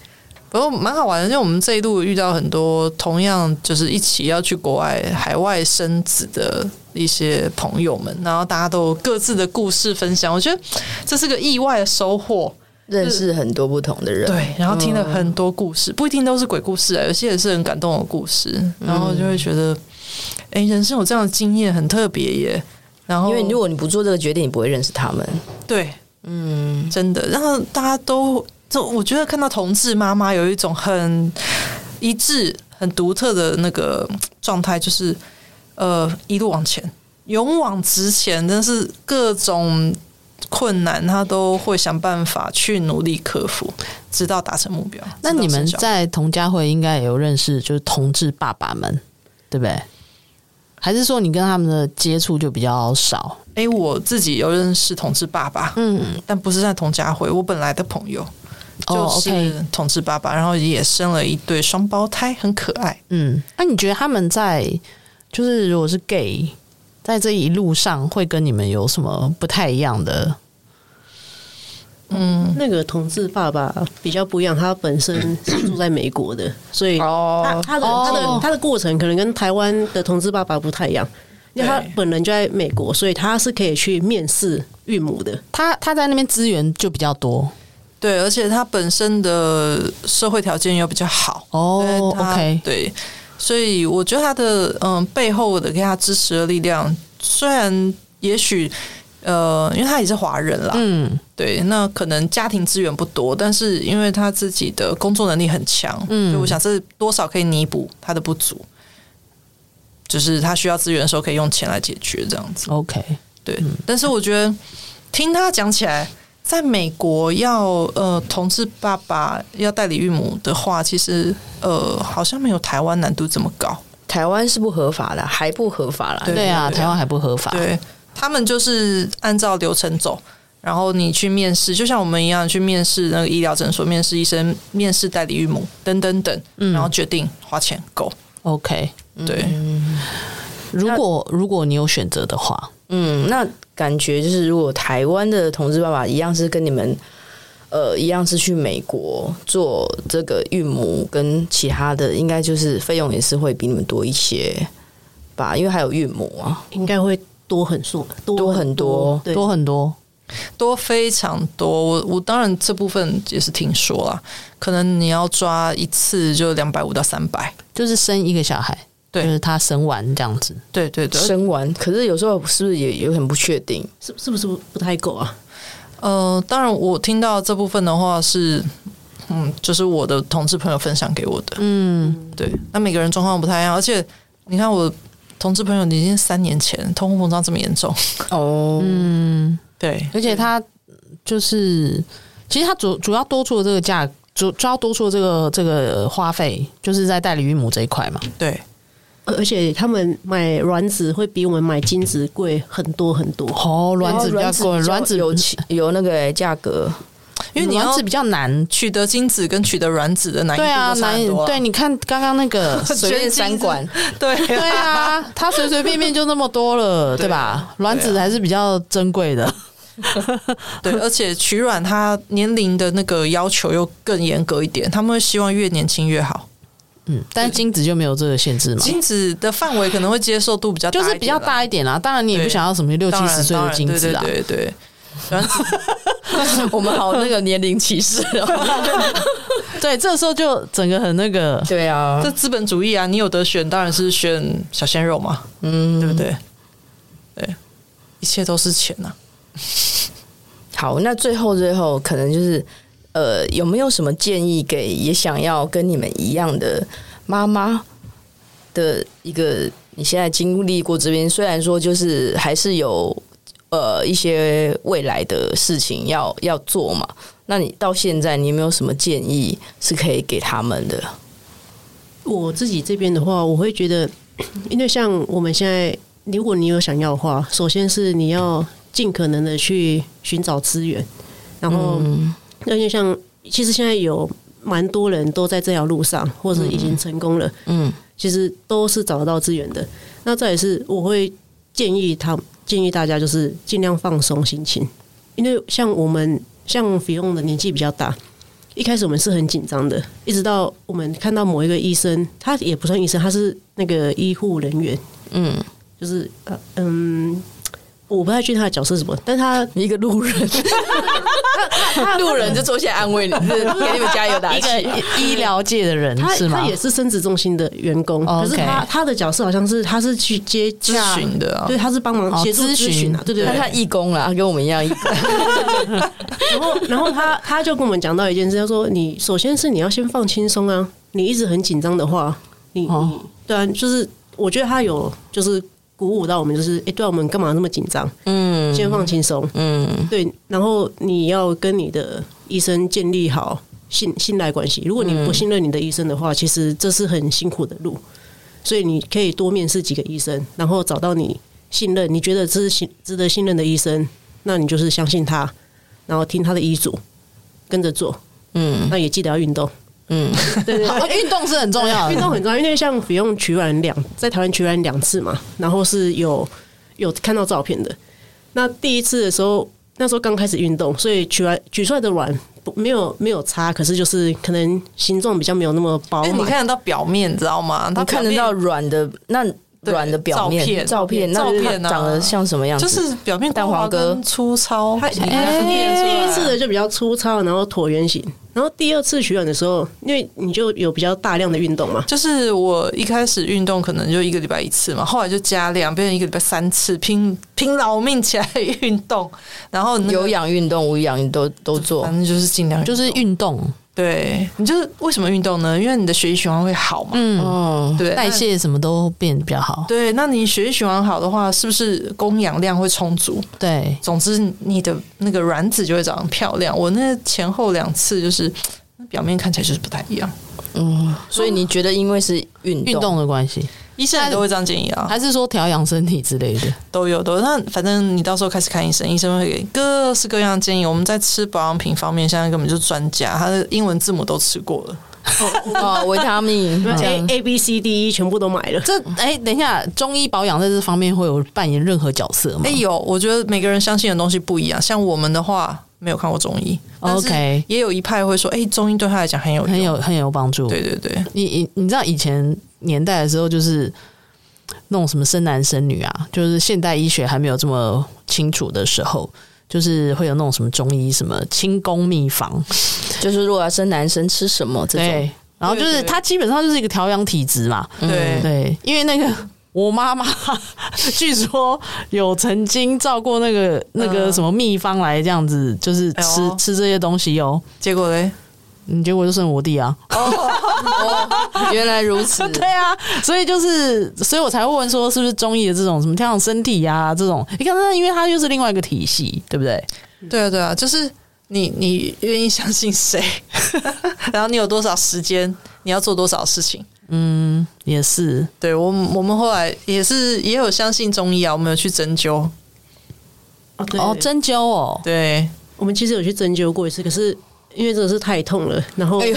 不过蛮好玩的，就我们这一路遇到很多同样就是一起要去国外海外生子的一些朋友们，然后大家都有各自的故事分享，我觉得这是个意外的收获。
认识很多不同的人。
对，然后听了很多故事，不一定都是鬼故事啊，有些也是很感动的故事，
嗯
然后就会觉得，哎、人生有这样的经验很特别耶。然后，
因为如果你不做这个决定，你不会认识他们。
对，嗯，真的，然后大家都，就我觉得看到同志妈妈有一种很一致、很独特的那个嗯状态，就是呃，一路往前，勇往直前，真是各种困难，她都会想办法去努力克服，直到达成目标。
那你们
直到生小孩
在同家会应该也有认识，就是同志爸爸们，对不对？还是说你跟他们的接触就比较少？
哎、我自己有认识同志爸爸，
嗯，
但不是在同家会，我本来的朋友就
哦，OK，
是同志爸爸，然后也生了一对双胞胎，很可爱。
嗯，那、你觉得他们在就是如果是 gay，在这一路上会跟你们有什么不太一样的？
那个同志爸爸比较不一样，他本身是住在美国的，所以
哦
哦
他他的他的他的过程可能跟台湾的同志爸爸不太一样，因为他
对
本人就在美国，所以他是可以去面试孕母的。
他他在那边资源就比较多
对，而且他本身的社会条件又比较好。
哦
所以他
，OK，
对，所以我觉得他的嗯背后的给他支持的力量，虽然也许呃，因为他也是华人啦，
嗯
对，那可能家庭资源不多，但是因为他自己的工作能力很强，嗯，
嗯
所以我想这多少可以弥补他的不足，就是他需要资源的时候可以用钱来解决这样子。
，OK，
对，但是我觉得听他讲起来，在美国要呃同志爸爸要代理孕母的话，其实呃好像没有台湾难度这么高。
台湾是不合法的，还不合法啦。
对
对啊，
对
台湾还不合法，
对他们就是按照流程走，然后你去面试，就像我们一样去面试那个医疗诊所、面试医生、面试代理孕母等等等，然后决定花钱够。
，OK。
对，
如果如果你有选择的话，
嗯，那感觉就是，如果台湾的同志爸爸一样是跟你们，呃，一样是去美国做这个孕母跟其他的，应该就是费用也是会比你们多一些。吧？因为还有孕母啊，
应该会多很多，
多很多
对，
多很多。
多非常多。我我当然这部分也是听说啦，可能你要抓一次就两百五到三百。
就是生一个小孩，
对
就是他生完这样子，
对对对，
生完，可是有时候是不是也有很不确定？
是是不是不太够啊？
呃，当然我听到这部分的话是，嗯，就是我的同志朋友分享给我的。
嗯，
对，那每个人状况不太一样，而且你看我同志朋友已经三年前通货膨胀这么严重，
哦，
对
而且他就是，其实他主主要多出的这个价，主主要多出的这个这个花费，就是在代理孕母这一块嘛。
对，
而而且他们买卵子会比我们买精子贵很多很多。
哦，卵子比较贵，卵子
有起有那个欸价格，
因为你
卵
要
子比较难。
取得精子跟取得卵子的难易
对啊，
度都差
难
很
以
多啊、，
对，你看刚刚那 个
随便三管，
对
对啊，他随随便便就那么多了，
啊
对吧？卵子还是比较珍贵的。
对，而且取卵它年龄的那个要求又更严格一点，他们会希望越年轻越好。
嗯，但是精子就没有这个限制嘛，
精子的范围可能会接受度比较大
嗯就
一点
是
啦，
比较大一点啊啦。当然，你也不想要什么六
当
七
然，
十岁
当
的
然
精子啊，
对对对对。
我们好那个年龄歧视哦。
对，这时候就整个很那个，
对啊
这，资本主义啊，你有得选，当然是选小鲜肉嘛，
嗯，
对不对？对，一切都是钱啊呐、
好，那最后最后可能就是，呃，有没有什么建议给也想要跟你们一样的妈妈的一个？你现在经历过这边，虽然说就是还是有呃一些未来的事情要要做嘛，那你到现在你有没有什么建议是可以给他们的？
我自己这边的话，我会觉得， 因为像我们现在，如果你有想要的话，首先是你要尽可能的去寻找资源，然后，而且像其实现在有蛮多人都在这条路上，或者已经成功了，
嗯，
其实都是找得到资源的。那再也是我会建议他建议大家就是尽量放松心情，因为像我们像菲佣的年纪比较大，一开始我们是很紧张的，一直到我们看到某一个医生，他也不算医生，他是那个医护人员，
嗯，
就是呃嗯，我不太确定他的角色是什么，但他
一个路人， 路人就坐下来安慰你，就是给你们加油打
一
气。
个医医疗界的人
他
是吗
他？也是生殖中心的员工，
哦
可是他
OK
他的角色好像是他是去接洽
咨询的啊
对，他是帮忙
哦
协助
咨
咨
询
询啊，对对
那
对。
他义工啦，跟我们一样 义工。
然后，然后他他就跟我们讲到一件事，他说：“你首先是你要先放轻松啊，你一直很紧张的话，你
哦
你对啊，就是我觉得他有就是鼓舞到我们，就是哎、诶对、啊，我们干嘛那么紧张？
嗯
先放轻松，
嗯
对。然后你要跟你的医生建立好信信赖关系。如果你不信任你的医生的话，其实这是很辛苦的路，所以你可以多面试几个医生，然后找到你信任，你觉得这是信值得信任的医生，那你就是相信他，然后听他的医嘱，跟着做。
嗯
那也记得要运动，
嗯，
对对对
哦运动是很重要的，
运动很重要，因为像不用取卵两，在台湾取卵两次嘛，然后是有有看到照片的。那第一次的时候，那时候刚开始运动，所以取完取出来的卵不没有没有差，可是就是可能形状比较没有那么饱
哎因为你
满。
看得到表啊面，你知道吗？他
你看得到软的那软的表面
照
照
片
片，那就是它
照片啊
长得像什么样子？
就是表面
蛋黄
光滑
哥
跟粗糙，
它
哎
第一次的就比较粗糙，然后椭圆形。然后第二次取卵的时候，因为你就有比较大量的运动嘛，
就是我一开始运动可能就一个礼拜一次嘛，后来就加量，变成一个礼拜三次，拼拼老命起来运动， 然后那个嗯
有氧运动、无氧运动都做
反。正就是尽量运动，
就是运动，
对你就是为什么运动呢？因为你的血液循环会好嘛，
嗯，
哦，
对
代。谢什么都变得比较好
那。对，那你血液循环好的话，是不是供氧量会充足？
对，
总之，你的那个卵子就会长得漂亮。我那前后两次就是那表面看起来就是不太一样。
嗯，所以你觉得因为是运
运动的哦关系，
医生也都会这样建议啊，
还是说调养身体之类 的？
都有都有。那反正你到时候开始看医生，医生会给各式各样的建议。我们在吃保养品方面，现在根本就是专家，他的英文字母都吃过了。
哦，维 他命
啊
这
A
样
A B C D E 全部都买了。
这哎、等一下，中医保养在这方面会有扮演任何角色吗
哎、有，我觉得每个人相信的东西不一样。像我们的话，没有看过中医但是
哦 OK
也有一派会说，哎、中医对他来讲很有用
很有很有帮助。
对对对，
你你你知道以前年代的时候，就是那种什么生男生女啊，就是现代医学还没有这么清楚的时候，就是会有那种什么中医什么清宫秘方，
就是如果要生男生吃什么这种，
对，然后就是
对对嗯
它基本上就是一个调养体质嘛，
对
对，因为那个 我妈妈据说有曾经照过那个那个
嗯
什么秘方来这样子，就是
哎呦
吃、吃这些东西哦，
结果嘞，
嗯，结果就剩我弟啊，。
原来如此
对啊，所以就是，所以我才会问说，是不是中医的这种什么调养身体呀、这种？你看，那因为它又是另外一个体系，对不对？
对啊，对啊，就是你你愿意相信谁， 然后你有多少时间，你要做多少事情。
也是，
对我们，我们后来也是也有相信中医啊，我们有去针灸，
哦，对
哦，针灸哦，
对，
我们其实有去针灸过一次，可是因为真的是太痛了，然后、
哎呦，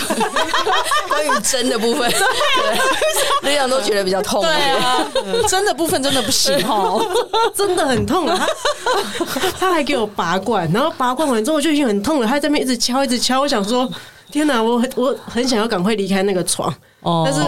关于针的部分，对，李想都觉得比较痛苦。
啊，针的部分 真的不行哦，
真的很痛了、啊。他他还给我拔罐，然后拔罐完之后我就已经很痛了，他在那边一直敲一直敲，我想说。天哪，我很我很想要赶快离开那个床，
哦，
但是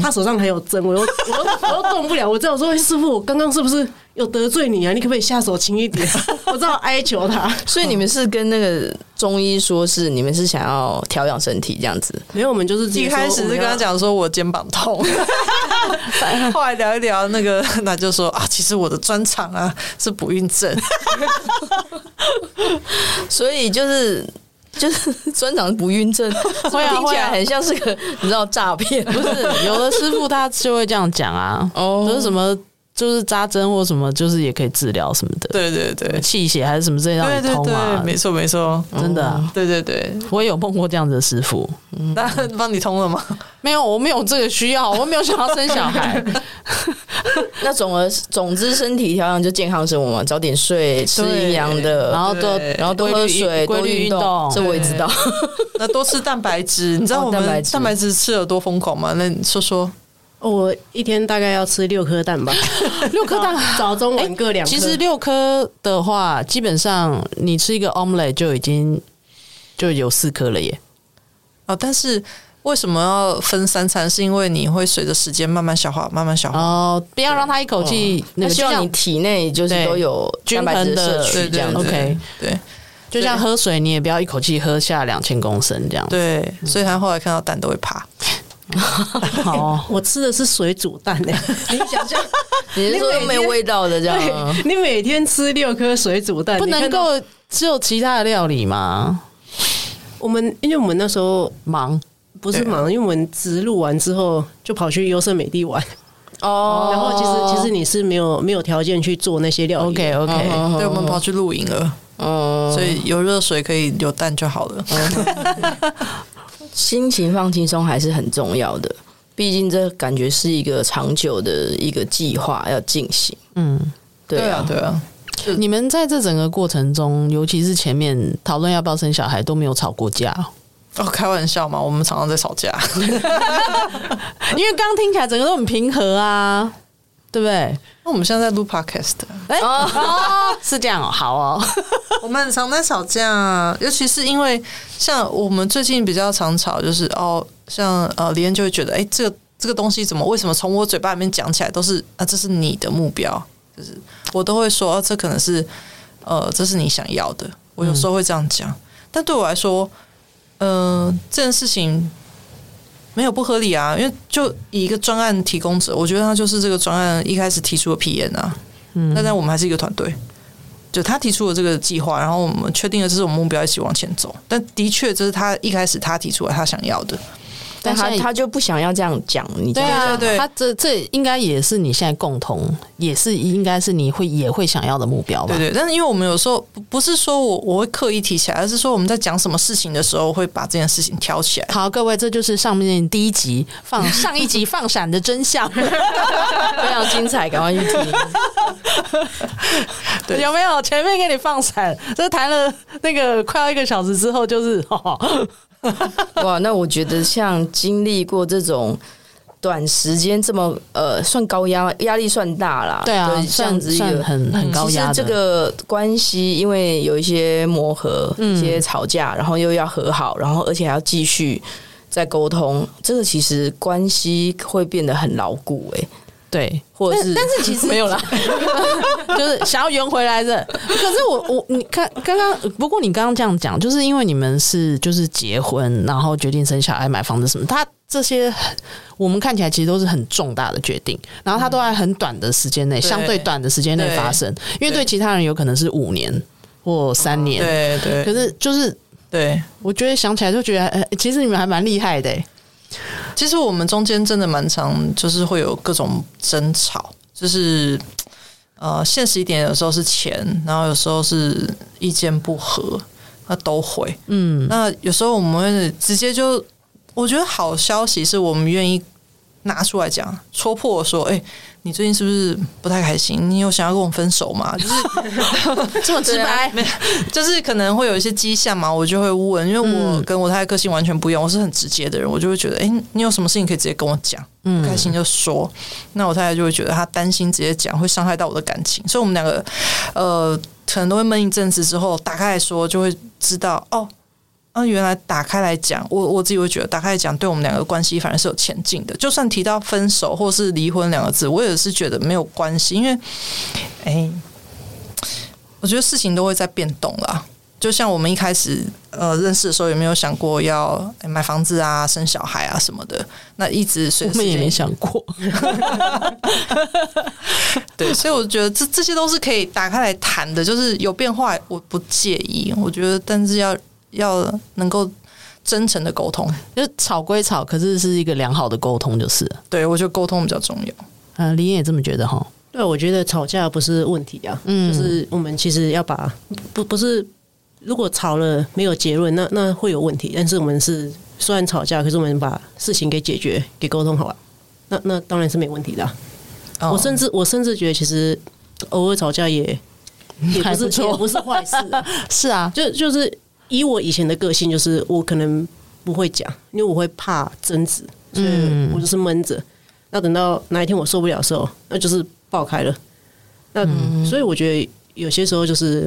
他手上还有针，我又我又我又动不了。我只好说，哎师傅，我刚刚是不是有得罪你啊？你可不可以下手轻一点？ 我只好哀求他。
所以你们是跟那个中医说是你们是想要调养身体这样子，
没有，我们就是直接
一
说
开始是跟他，讲说我肩膀痛，后来聊一聊那个，那就说啊，其实我的专长啊是不孕症，
所以就是。就是专长不孕症，
会啊
听起
会
来
啊
很像是个你知道诈 骗，
不是有的师傅他就会这样讲啊，
哦
就是什么就是扎针或什么，就是也可以治疗什么的，
对对对，
气血还是什么这让
对
你
对
通
对，
啊，
没错没错，
真的啊。
对对对，
我也有碰过这样子的师傅，
那帮你通了吗？
没有，我没有这个需要，我没有想要生小 孩，
那总而总之身体调养就健康生活嘛，早点睡，吃
对
营养的，
然后多
对
然后多喝水，
规
多
律
运
运动，
这我也知道。
那多吃蛋白质，你知道
哦
我们
蛋白质
蛋白质吃有多疯狂吗？那你说说，
哦我一天大概要吃六颗蛋吧，
六颗蛋。
早中晚各两颗。
其实六颗的话，基本上你吃一个 omelette 就已经就有四颗了耶。
啊，但是为什么要分三餐？是因为你会随着时间慢慢消化，慢慢消化。
哦，不要让他一口气那
那
个，
希
就
望
像
你体内就是都有蛋
均
白质
衡
摄
的
取这样
对
子。
OK，
对
就像喝水，你也不要一口气喝下两千公升这样。，
对，所以他后来看到蛋都会怕。
好哦，
我吃的是水煮蛋诶、你 想象，
你是说没有味道的这样吗？
对你每天吃六颗水煮蛋，
不
你
能
看到
够只有其他的料理吗？
我们，因为我们那时候
忙
不是忙，因为我们植入完之后就跑去优胜美地玩，
哦
然后其实其实你是没有没有条件去做那些料理的。
，OK OK，
对，我们跑去露营了，
嗯，
所以有热水可以有蛋就好了。
心情放轻松还是很重要的，毕竟这感觉是一个长久的一个计划要进行。
嗯，
对
啊，
啊，
对啊，
你们在这整个过程中，尤其是前面讨论要不要生小孩，都没有吵过架哦。
哦，开玩笑嘛，我们常常在吵架。
因为刚听起来整个都很平和啊，对不对？
那我们现在在录 podcast，
哎、哦，是这样哦，好哦，
我们很常在吵架，尤其是因为像我们最近比较常吵，就是哦，像呃，李恩就会觉得，哎、这个这个东西怎么为什么从我嘴巴里面讲起来都是啊，这是你的目标，就是我都会说，哦、这可能是呃，这是你想要的，我有时候会这样讲，但对我来说，嗯、这件事情。没有不合理啊，因为就以一个专案提供者，我觉得他就是这个专案一开始提出的 P N 啊，嗯，那但我们还是一个团队，就他提出了这个计划，然后我们确定了这是我们目标，一起往前走。但的确，这是他一开始他提出来他想要的，
但他
现在
他就不想要这样讲，你
对
对
啊，
对对
他这这应该也是你现在共同，也是应该是你会也会想要的目标吧？
对对。但是因为我们有时候不不是说我我会刻意提起来，而是说我们在讲什么事情的时候会把这件事情挑起来。
好，各位，这就是上面第一集放上一集放闪的真相，
非常精彩，赶快去听。
有没有？前面给你放闪，这谈了那个快要一个小时之后，就是哦，
哇，那我觉得像经历过这种短时间这么呃，算高压，压力算大啦。
对啊，
这样
算
子一个
算很很高压的。
嗯其实这个关系，因为有一些磨合、
嗯
一些吵架，然后又要和好，然后而且还要继续再沟通，这个其实关系会变得很牢固、欸。
对，
或者
但
是
但是其实 没有啦，就是想要圆回来的。可是我我你看刚刚，不过你刚刚这样讲，就是因为你们是就是结婚，然后决定生小孩、买房子什么，他这些我们看起来其实都是很重大的决定，然后他都在很短的时间内，
对
相对短的时间内发生，因为对
对
其他人有可能是五年或三年，
对对
可是就是
对，
我觉得想起来就觉得，呃，其实你们还蛮厉害的、欸，
其实我们中间真的蛮常，就是会有各种争吵，就是呃，现实一点，有时候是钱，然后有时候是意见不合，那都会。
嗯，
那有时候我们会直接就，我觉得好消息是我们愿意拿出来讲，戳破说，哎、你最近是不是不太开心？你有想要跟我分手吗？就是
这么直白，
啊
就是可能会有一些迹象嘛，我就会问，因为我跟我太太个性完全不一样，我是很直接的人，我就会觉得，哎、你有什么事情可以直接跟我讲，不开心就说。那我太太就会觉得她担心直接讲会伤害到我的感情，所以我们两个呃，可能都会闷一阵子之后打开来说，就会知道哦。啊，原来打开来讲，我我自己会觉得打开来讲，对我们两个关系反而是有前进的。就算提到分手或是离婚两个字，我也是觉得没有关系，因为，哎、我觉得事情都会在变动啦。就像我们一开始呃认识的时候，也没有想过要、哎买房子啊、生小孩啊什么的。那一直随着
我们也
时间
没想过，
对，所以我觉得这这些都是可以打开来谈的，就是有变化我不介意，我觉得但是要要能够真诚的沟通，
就是吵归吵，可是是一个良好的沟通就是了。
对我觉得沟通比较重要。
呃，林燕也这么觉得哈。
对，我觉得吵架不是问题啊，
嗯
就是我们其实要把不不是，如果吵了没有结论，那那会有问题。但是我们是虽然吵架，可是我们把事情给解决，给沟通好啊，那那当然是没问题的啊、
哦
我甚至我甚至觉得，其实偶尔吵架也也
还
不
不
是
错
也不是坏事啊、
是啊，
就就是以我以前的个性，就是我可能不会讲，因为我会怕争执，所以我就是闷着。那等到哪一天我受不了的时候，那就是爆开了。那、所以我觉得有些时候就是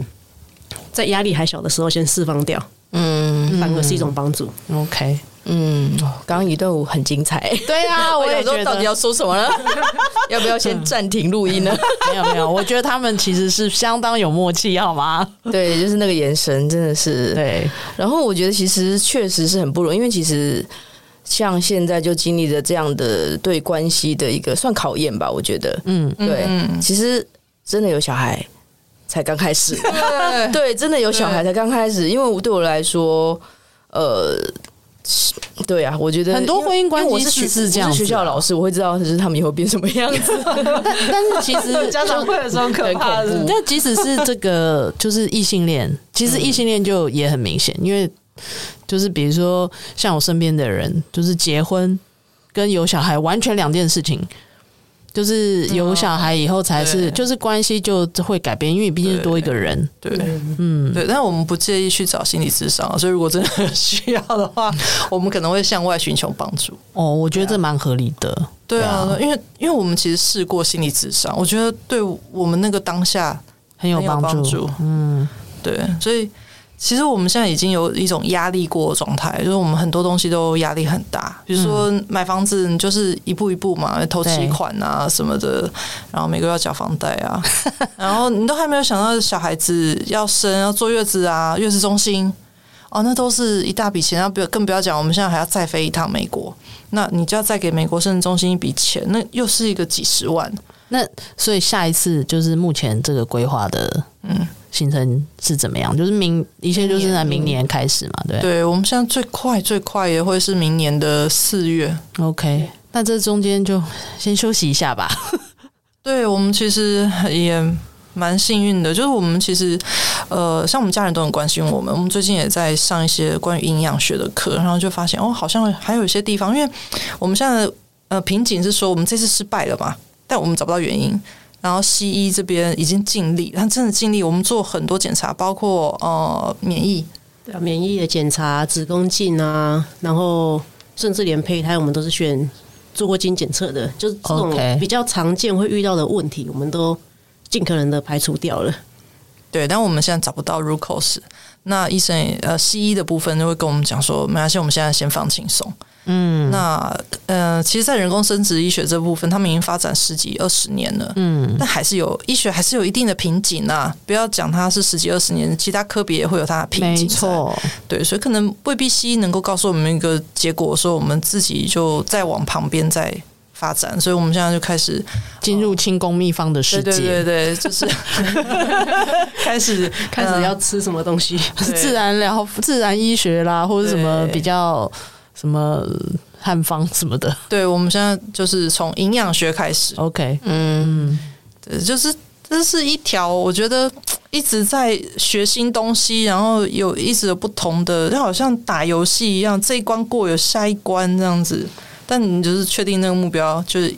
在压力还小的时候先释放掉，
嗯
反而是一种帮助。
，OK，
嗯，哦刚刚一段舞很精彩。
对 啊，我也
想
觉
说到底
得
要说什么呢？ 要不要先暂停录音呢？
没有没有，我觉得他们其实是相当有默契，好吗？
对，就是那个眼神，真的是。
嗯 对，
然后我觉得其实确实是很不容易，因为其实像现在就经历了这样的对关系的一个算考验吧，我觉得，
嗯，
对，
嗯
其实真的有小孩才刚开始， 对，真的有小孩才刚开始，因为我对我来说，呃。对啊，我觉得
很多婚姻关系
因为我是学
是是这样
我是学
子啊
校老师，我会知道就是他们以后变什么样子。
但是其实
家长会有这种可怕的
很恐怖
但即使是这个就是异性恋，其
嗯
实异性恋就也很明显，因为就是比如说像我身边的人，就是结婚跟有小孩完全两件事情。就是有小孩以后才是，
嗯对
就是关系就会改变，因为毕竟多一个人。
对，嗯，对，但我们不介意去找心理咨商啊，所以如果真的需要的 话，我们可能会向外寻求帮助。
哦，我
啊
觉得这蛮合理的。
对啊，因为因为我们其实试过心理咨商，我觉得对我们那个当下
很有
很有
帮
帮
助
助。
嗯，
对，所以其实我们现在已经有一种压力过的状态，就是我们很多东西都压力很大，比如说
嗯
买房子，你就是一步一步嘛，投期款啊什么的，然后每个月要缴房贷 啊，然后你都还没有想到小孩子要生要坐月子啊，月子中心。哦，那都是一大笔钱，那不要更不要讲，我们现在还要再飞一趟美国，那你就要再给美国生殖中心一笔钱，那又是一个几十万，
那所以下一次就是目前这个规划的嗯行程是怎么样？就是明一切就是在明年开始嘛，对不对
对，我们现在最快最快也会是明年的四月。
OK，那这中间就先休息一下吧。
对我们其实也蛮幸运的，就是我们其实呃，像我们家人都很关心我们，我们最近也在上一些关于营养学的课，然后就发现哦，好像还有一些地方，因为我们现在的呃瓶颈是说我们这次失败了嘛，但我们找不到原因。然后西医这边已经尽力，他真的尽力，我们做很多检查，包括呃免疫，
对啊，免疫的检查、子宫镜啊，然后甚至连胚胎，我们都是选做过基因检测的，就是这种
OK
比较常见会遇到的问题，我们都尽可能的排除掉了。
对，但我们现在找不到 root cause。那医生也呃，西医的部分就会跟我们讲说，没关系，我们现在先放轻松。嗯，那呃，其实，在人工生殖医学这部分，他们已经发展十几二十年了，嗯，但还是有医学还是有一定的瓶颈啊。不要讲它是十几二十年，其他科别也会有它的瓶
没
颈。，
错，
对，所以可能未必西医能够告诉我们一个结果，说我们自己就再往旁边再发展。所以我们现在就开始
进入清宫秘方的世
对
界，
对对对，就是 开始
开始要吃什么东 西？
对
自然疗、自然医学啦，或者什么
对
比较什么汉方什么的。
对，我们现在就是从营养学开始，
OK，
嗯，
对就是这是一条我觉得一直在学新东西，然后有一直有不同的，就好像打游戏一样，这一关过有下一关这样子。但你就是确定那个目标，就是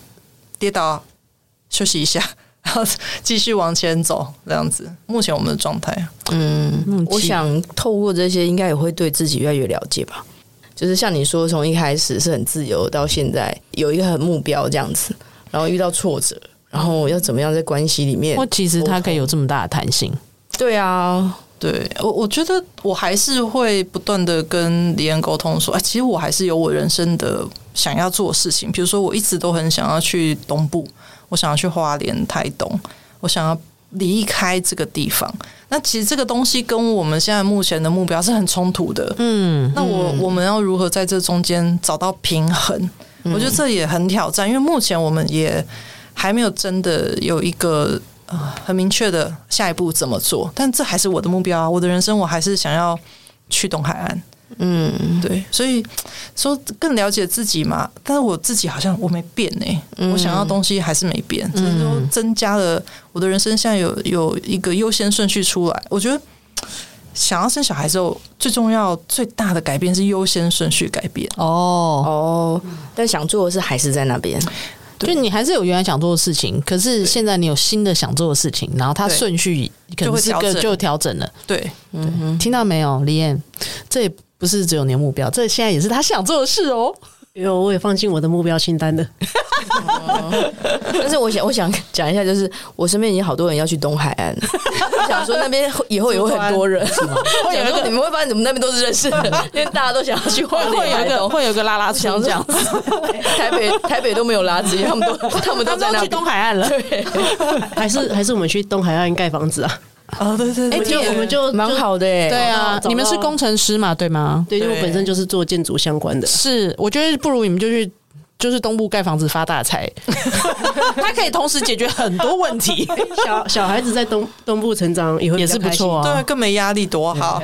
跌倒休息一下，然后继续往前走这样子。目前我们的状态，
嗯
我想透过这些，应该也会对自己越来越了解吧。就是像你说，从一开始是很自由，到现在有一个很目标这样子，然后遇到挫折，然后要怎么样在关系里面
我？其实它可以有这么大的弹性，
对啊，
对我我觉得我还是会不断的跟李恩沟通说，哎，其实我还是有我人生的想要做的事情，比如说我一直都很想要去东部，我想要去花莲、台东，我想要离开这个地方。那其实这个东西跟我们现在目前的目标是很冲突的。
嗯，
那我我们要如何在这中间找到平衡？我觉
嗯
得这也很挑战，因为目前我们也还没有真的有一个呃很明确的下一步怎么做。但这还是我的目标啊，我的人生我还是想要去东海岸。嗯，对，所以说更了解自己嘛，但是我自己好像我没变呢、
嗯
我想要的东西还是没变，只是说增加了我的人生现在有有一个优先顺序出来。我觉得想要生小孩之后，最重要最大的改变是优先顺序改变。
哦，
哦，但想做的事还是在那边。
就你还是有原来想做的事情，可是现在你有新的想做的事情，然后它
对
顺序可能是
就会调
个
整
就调整了。嗯
对，
听到没有，李燕？这也不是只有你的目标，这现在也是他想做的事哦。
因为我也放进我的目标清单了。
但是我想，我想讲一下，就是我身边已经好多人要去东海岸， 我想说那边以后也会很多人，我想说你 们会发现，你们那边都是认识的，因为大家都想要去花
会有
莲、
一
台
个
东，
会有一个拉拉车
想
这
这
样
样，子。台北台北都没有拉子，因为 他们都他们
他
都在
们都
那
去
边
东海岸了。
还是还是我们去东海岸盖房子啊？
啊、对对
我
对，
们就我们就
蛮
就
好的、欸，
对啊
找，到
你们是工程师嘛，对吗？
对，因为我
对
本身就是做建筑相关的，
是，我觉得不如你们就去。就是东部盖房子发大财， 它可以同时解决很多问题，
小小孩子在东东部成长也会比
也
较
是不
开心
错
对啊，
啊。
更没压力，多好。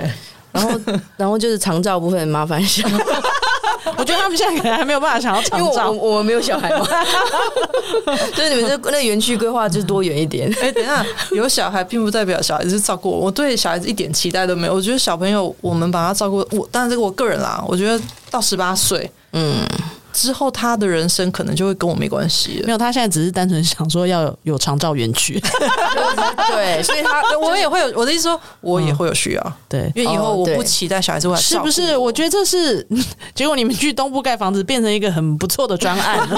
然后然后就是长照部分麻烦一下，
我觉得他们现在可能还没有办法想要
因 为
长照，
我我我没有小孩 嘛，就是你们这那园区规划就是多远一点，
哎、等一下，有小孩并不代表小孩子是照顾我，我对小孩子一点期待都没有。我觉得小朋友，我们把他照顾，我当然这个我个人啦，我觉得到十八岁
嗯，
之后，他的人生可能就会跟我没关系
没
了。
有，他现在只是单纯想说要有有长照园区，
对，所以他
我也会有我的意思说，我也会有需要，
对，
嗯因为以后
哦
我
对
不期待小孩子会来
是
照顾
不是？我觉得这是， 结果你们去东部盖房子，变成一个很不错的专 案，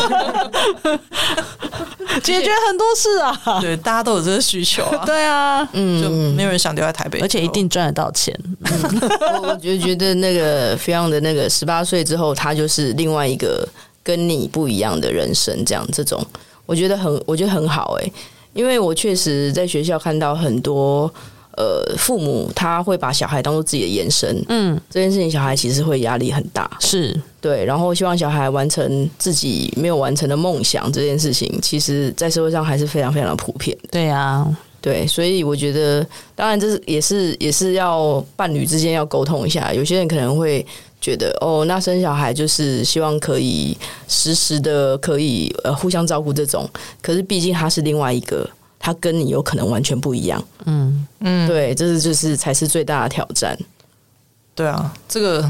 解决很多事啊。
对，大家都有这个需求啊，
对啊，
就
嗯
没。有人想留在台北，
而且一定赚得到钱。
我我就觉得那个 Fion 的那个十八岁之后，他就是另外一个跟你不一样的人生，这样这种，我觉得很我觉得很好哎、因为我确实在学校看到很多呃父母他会把小孩当做自己的延伸，
嗯，
这件事情小孩其实会压力很大，
是
对，然后希望小孩完成自己没有完成的梦想这件事情，其实在社会上还是非常非常的普遍。
对啊，
对，所以我觉得，当然这是也是也是要伴侣之间要沟通一下。有些人可能会觉得，哦，那生小孩就是希望可以时时的可以呃互相照顾这种，可是毕竟他是另外一个，他跟你有可能完全不一样。
嗯，
嗯，
对，这是就是才是最大的挑战。
对啊，这个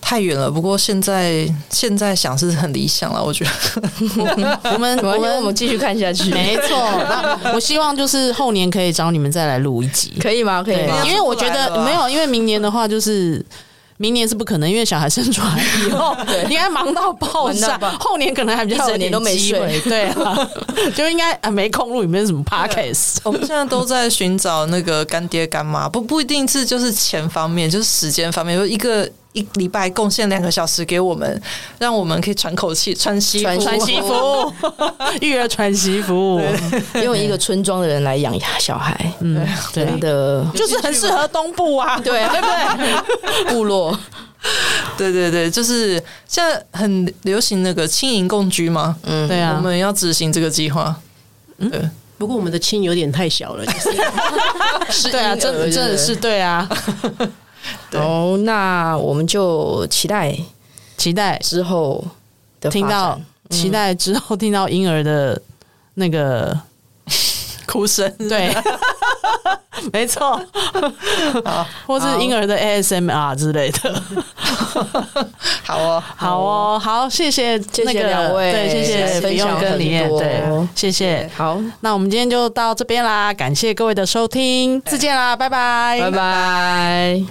太远了。不过现在现在想是很理想了，我觉得。
我们
我
嗯我
们我
们
们继续看下去，
没错。那我希望就是后年可以找你们再来录一集，
可以吗？可以
对啊
吗？
因为我觉
出来了
得
啊
没有，因为明年的话就是。明年是不可能，因为小孩生出来以 后，应该忙到爆炸
忙到，爆
后年可能还比较有
一整年都没
机会
睡
对啊， 就应该啊没空录里面什么 podcast，
我们现在都在寻找那个干爹干妈，不不一定是就是钱方面，就是时间方面，就一个一礼拜贡献两个小时给我们，让我们可以喘口气，穿西服，
穿
西服，育儿传习服务，
用一个村庄的人来养小孩，嗯，
对
真的
就是很适合东部啊，
对
对不对？
部落，
对对对，就是现在很流行那个轻盈共居嘛，
嗯
对
我
啊，
们要执行这个计划。对，
不过我们的亲有点太小了，就是
对啊，真的真的是对 啊，
哦，那我们就期待
期待
之后的发展嗯
听到，期待之后听到婴儿的那 个
哭声，
对，没错，或是婴儿的 ASMR 之类的。
好哦，
好哦，好，谢谢
谢
那个
两位
对，谢谢不
分享
用跟
很
李燕，
多
对，谢谢。
好，
那我们今天就到这边啦，感谢各位的收听，再见啦，拜拜，
拜拜。